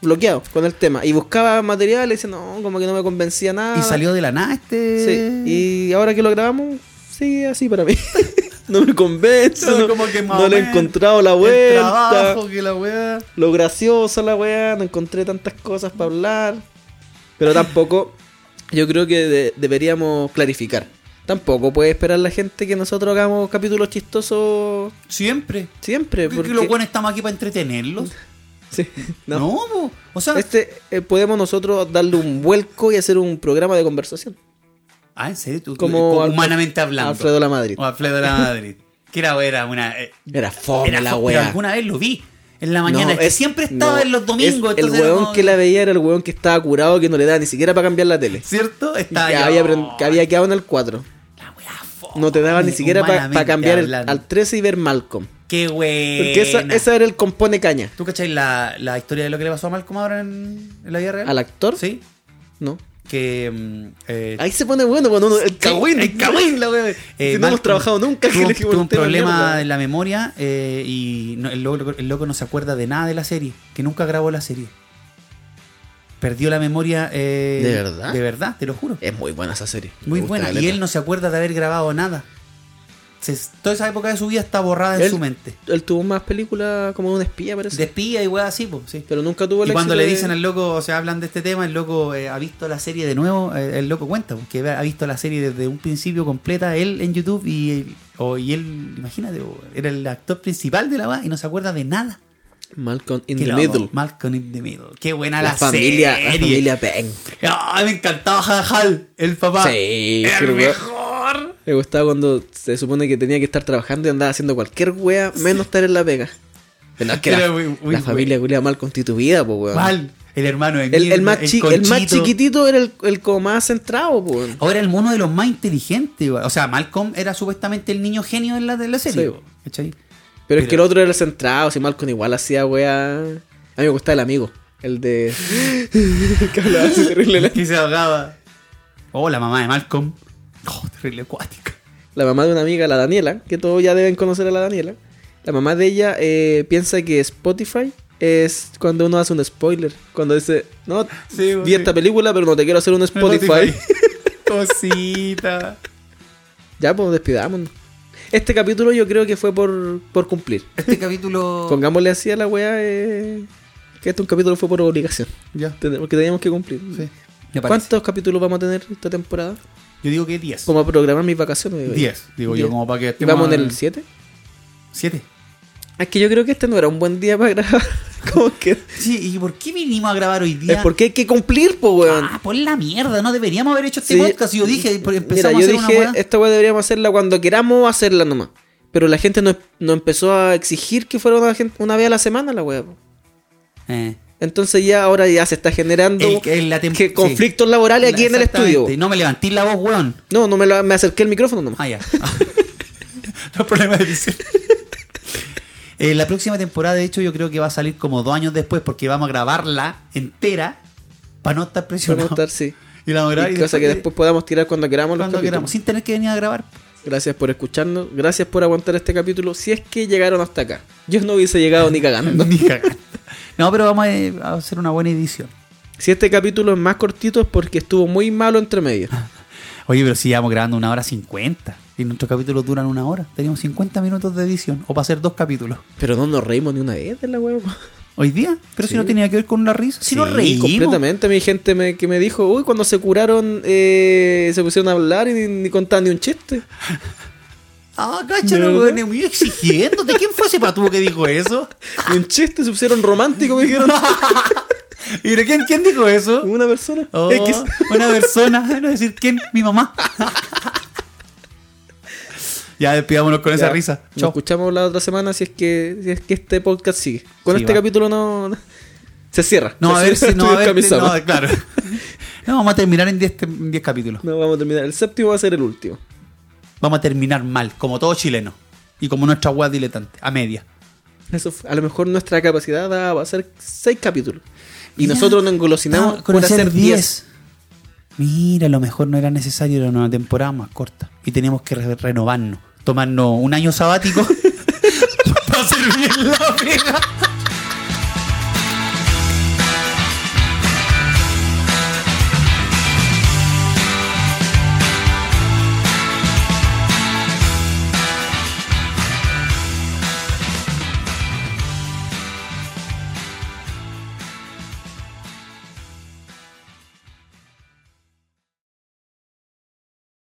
S1: bloqueado con el tema. Y buscaba material y decía, no, como que no me convencía nada.
S2: y salió de la nada este.
S1: Sí. Y ahora que lo grabamos, sigue así para mí. [laughs] no me convence. No,
S2: Todo como que más
S1: no
S2: o
S1: le he
S2: menos.
S1: encontrado la
S2: El
S1: vuelta.
S2: trabajo, que la wea.
S1: Lo graciosa la weá, no encontré tantas cosas para hablar. Pero tampoco, yo creo que de- deberíamos clarificar. Tampoco puede esperar la gente que nosotros hagamos capítulos chistosos
S2: Siempre.
S1: siempre.
S2: Porque...
S1: Eh, Porque...
S2: los buenos estamos aquí para entretenerlos. [laughs]
S1: Sí,
S2: No,
S1: no.
S2: po. o sea,
S1: Este, eh, podemos nosotros darle un vuelco y hacer un programa de conversación.
S2: ah, en serio, tú,
S1: Como
S2: como
S1: Alfredo-
S2: humanamente hablando.
S1: Alfredo la Madrid.
S2: O Alfredo
S1: [laughs]
S2: la Madrid. que era, era una. eh,
S1: Era fome
S2: era
S1: la
S2: fo-
S1: weá.
S2: Pero alguna vez lo vi en la mañana.
S1: No,
S2: es que
S1: es-
S2: siempre estaba
S1: no,
S2: en los domingos.
S1: es- el
S2: entonces era
S1: weón
S2: como-
S1: que la veía era el weón que estaba curado que no le daba ni siquiera para cambiar la tele.
S2: ¿Cierto?
S1: Que
S2: Estaba ya-
S1: había, aprend- que había quedado en el 4.
S2: La weá fome,
S1: No te daba ni siquiera para
S2: Oh, humanamente
S1: cambiar el-
S2: hablando.
S1: al 13 y ver Malcolm.
S2: Qué buena.
S1: Porque esa, esa era el compone caña.
S2: ¿Tú cacháis la, la historia de lo que le pasó a Malcolm ahora en, en la vida real?
S1: ¿Al actor?
S2: Sí.
S1: No.
S2: que. mm, eh,
S1: Ahí se pone bueno cuando uno. El cagüín,
S2: el cagüín,
S1: la wea. [laughs]
S2: eh,
S1: si no
S2: Malcolm
S1: hemos trabajado [laughs] nunca,
S2: Tuvo,
S1: que le dijimos
S2: tuvo un
S1: tema de
S2: problema
S1: mierda.
S2: en la memoria eh, y no- el, loco, el loco no se acuerda de nada de la serie, que nunca grabó la serie. Perdió la memoria. eh,
S1: ¿De verdad?
S2: De verdad, te lo juro.
S1: Es muy buena esa serie. me
S2: Muy
S1: gusta
S2: buena.
S1: caleta.
S2: Y él no se acuerda de haber grabado nada. Se- toda esa época de su vida está borrada en
S1: Él-
S2: su mente.
S1: Él tuvo más películas como un espía, parece.
S2: De espía y weas así, po, sí.
S1: Pero nunca tuvo el
S2: Y cuando
S1: éxito
S2: le
S1: de-
S2: dicen al loco, o sea, hablan de este tema, el loco eh, ha visto la serie de nuevo, eh, el loco cuenta, porque ha visto la serie desde un principio completa, él en YouTube, y, o- y él, imagínate, o, era el actor principal de la va y no se acuerda de nada.
S1: Malcolm in
S2: Qué
S1: the
S2: loco,
S1: Middle.
S2: Malcolm in the Middle. Qué buena la,
S1: La, familia,
S2: serie.
S1: la familia Bang.
S2: Ay, me encantaba Hal, el papá.
S1: Sí,
S2: el
S1: pero-
S2: mejor.
S1: Me gustaba cuando se supone que tenía que estar trabajando y andaba haciendo cualquier wea menos estar en la pega. Pero no, es que
S2: Era
S1: la,
S2: muy- muy
S1: la
S2: wea.
S1: familia culia mal constituida, po, weón.
S2: Mal, el hermano de
S1: El, el
S2: mierda,
S1: más chi- el más
S2: conchito.
S1: chiquitito era el, el como más centrado, po, weón.
S2: Ahora el mono de los más inteligentes, güey. o sea, Malcolm era supuestamente el niño genio de la, de la serie.
S1: Sí.
S2: güey. ¿Cachai?
S1: Pero, es que el otro era el centrado, si Malcolm igual hacía wea. A mí me gustaba el amigo, el de. [laughs] que hablaba así terrible. La,
S2: que se ahogaba. Oh, la mamá de Malcolm. Oh, terrible acuática.
S1: [laughs] la mamá de una amiga, la Daniela, que todos ya deben conocer a la Daniela. La mamá de ella eh, piensa que Spotify es cuando uno hace un spoiler. Cuando dice, no,
S2: Sí, pues,
S1: vi
S2: sí.
S1: esta película, pero no te quiero hacer un Spotify. [laughs]
S2: Cosita.
S1: ya, pues despidámonos. Este capítulo yo creo que fue por, por cumplir.
S2: Este capítulo.
S1: Pongámosle así a la weá eh, que este un capítulo fue por obligación.
S2: Ya.
S1: Ten- Porque teníamos que cumplir.
S2: Sí. Me parece.
S1: ¿Cuántos capítulos vamos a tener esta temporada?
S2: Yo digo que 10.
S1: Como a programar mis vacaciones. digo yo.
S2: 10. Digo yo,
S1: Diez.
S2: como para que
S1: ¿Y
S2: estemos.
S1: ¿Vamos en el 7?
S2: 7.
S1: Es que yo creo que este no era un buen día para grabar. [laughs] Como que...
S2: Sí, ¿y por qué vinimos a grabar hoy día?
S1: Es porque hay que cumplir, pues, weón.
S2: Ah, por la mierda, no deberíamos haber hecho este
S1: Sí.
S2: podcast. Yo dije, por-
S1: Mira,
S2: empezamos
S1: yo
S2: a hacer una
S1: dije,
S2: weá.
S1: esta weá deberíamos hacerla cuando queramos hacerla nomás. Pero la gente no, no empezó a exigir que fuera una, gen- una vez a la semana la weá. po.
S2: Eh.
S1: Entonces ya ahora ya se está generando
S2: El- el- la tem-
S1: que
S2: sí.
S1: conflictos laborales aquí en el
S2: Exactamente.
S1: estudio.
S2: No me levantís la voz, weón.
S1: No, no me, la- me acerqué el micrófono nomás.
S2: Ah, [laughs] ya. no hay problema de edición. Eh, la próxima temporada, de hecho, yo creo que va a salir como dos años después porque vamos a grabarla entera para no estar
S1: Vamos a
S2: presionados.
S1: estar, sí.
S2: Y la vamos a grabar
S1: Y
S2: y
S1: cosa que
S2: después-
S1: después podamos tirar cuando queramos los
S2: cuando
S1: capítulos.
S2: queramos, sin tener que venir a [laughs] grabar.
S1: Gracias por escucharnos. Gracias por aguantar este capítulo. Si es que llegaron hasta acá. Yo no hubiese llegado ni
S2: [laughs]
S1: cagando.
S2: Ni cagar. No, pero vamos a, eh, a hacer una buena edición.
S1: Si este capítulo es más cortito es porque estuvo muy malo entre medio.
S2: Ah. Oye, pero si llevamos grabando una hora cincuenta y nuestros capítulos duran una hora, tenemos 50 minutos de edición o para hacer dos capítulos.
S1: Pero no nos reímos ni una vez de la huevo.
S2: Hoy día, pero si no tenía que ver con una risa, si nos reímos.
S1: Completamente. Mi gente me- que me dijo, uy, cuando se curaron eh, se pusieron a hablar y ni, ni contaban ni un chiste.
S2: Ah, cáchalo,
S1: ¿Verdad?
S2: weón, es muy exigiéndote. ¿Quién fue ese patuvo que dijo eso?
S1: Ni un chiste, se pusieron románticos, me dijeron.
S2: [laughs] ¿Y de quién, quién dijo eso?
S1: Una persona.
S2: Oh,
S1: X.
S2: Una persona, no decir quién, mi mamá. ya despidámonos con esa
S1: Ya.
S2: risa.
S1: Nos
S2: Chao.
S1: escuchamos la otra semana si es que, si es que este podcast sigue. Con
S2: Sí,
S1: este
S2: va.
S1: capítulo no. no- Se cierra.
S2: No,
S1: Se
S2: [laughs] a ver
S1: cierra [laughs]
S2: si no,
S1: Estudios
S2: a ver, si-
S1: Kamisama.
S2: no, claro. No, vamos a terminar en 10 en 10 capítulos.
S1: No vamos a terminar. El séptimo va a ser el último.
S2: Vamos a terminar mal, como todo chileno. Y como nuestra weá diletante, a media.
S1: Eso fue- a lo mejor nuestra capacidad da- va a ser seis capítulos. Y
S2: Mira,
S1: nosotros nos engolosinamos
S2: Ah,
S1: por hacer diez.
S2: Mira, a lo mejor no era necesario, era una temporada más corta. Y teníamos que
S1: [laughs]
S2: re- [laughs] renovarnos, tomarnos un año sabático para hacer bien la pega.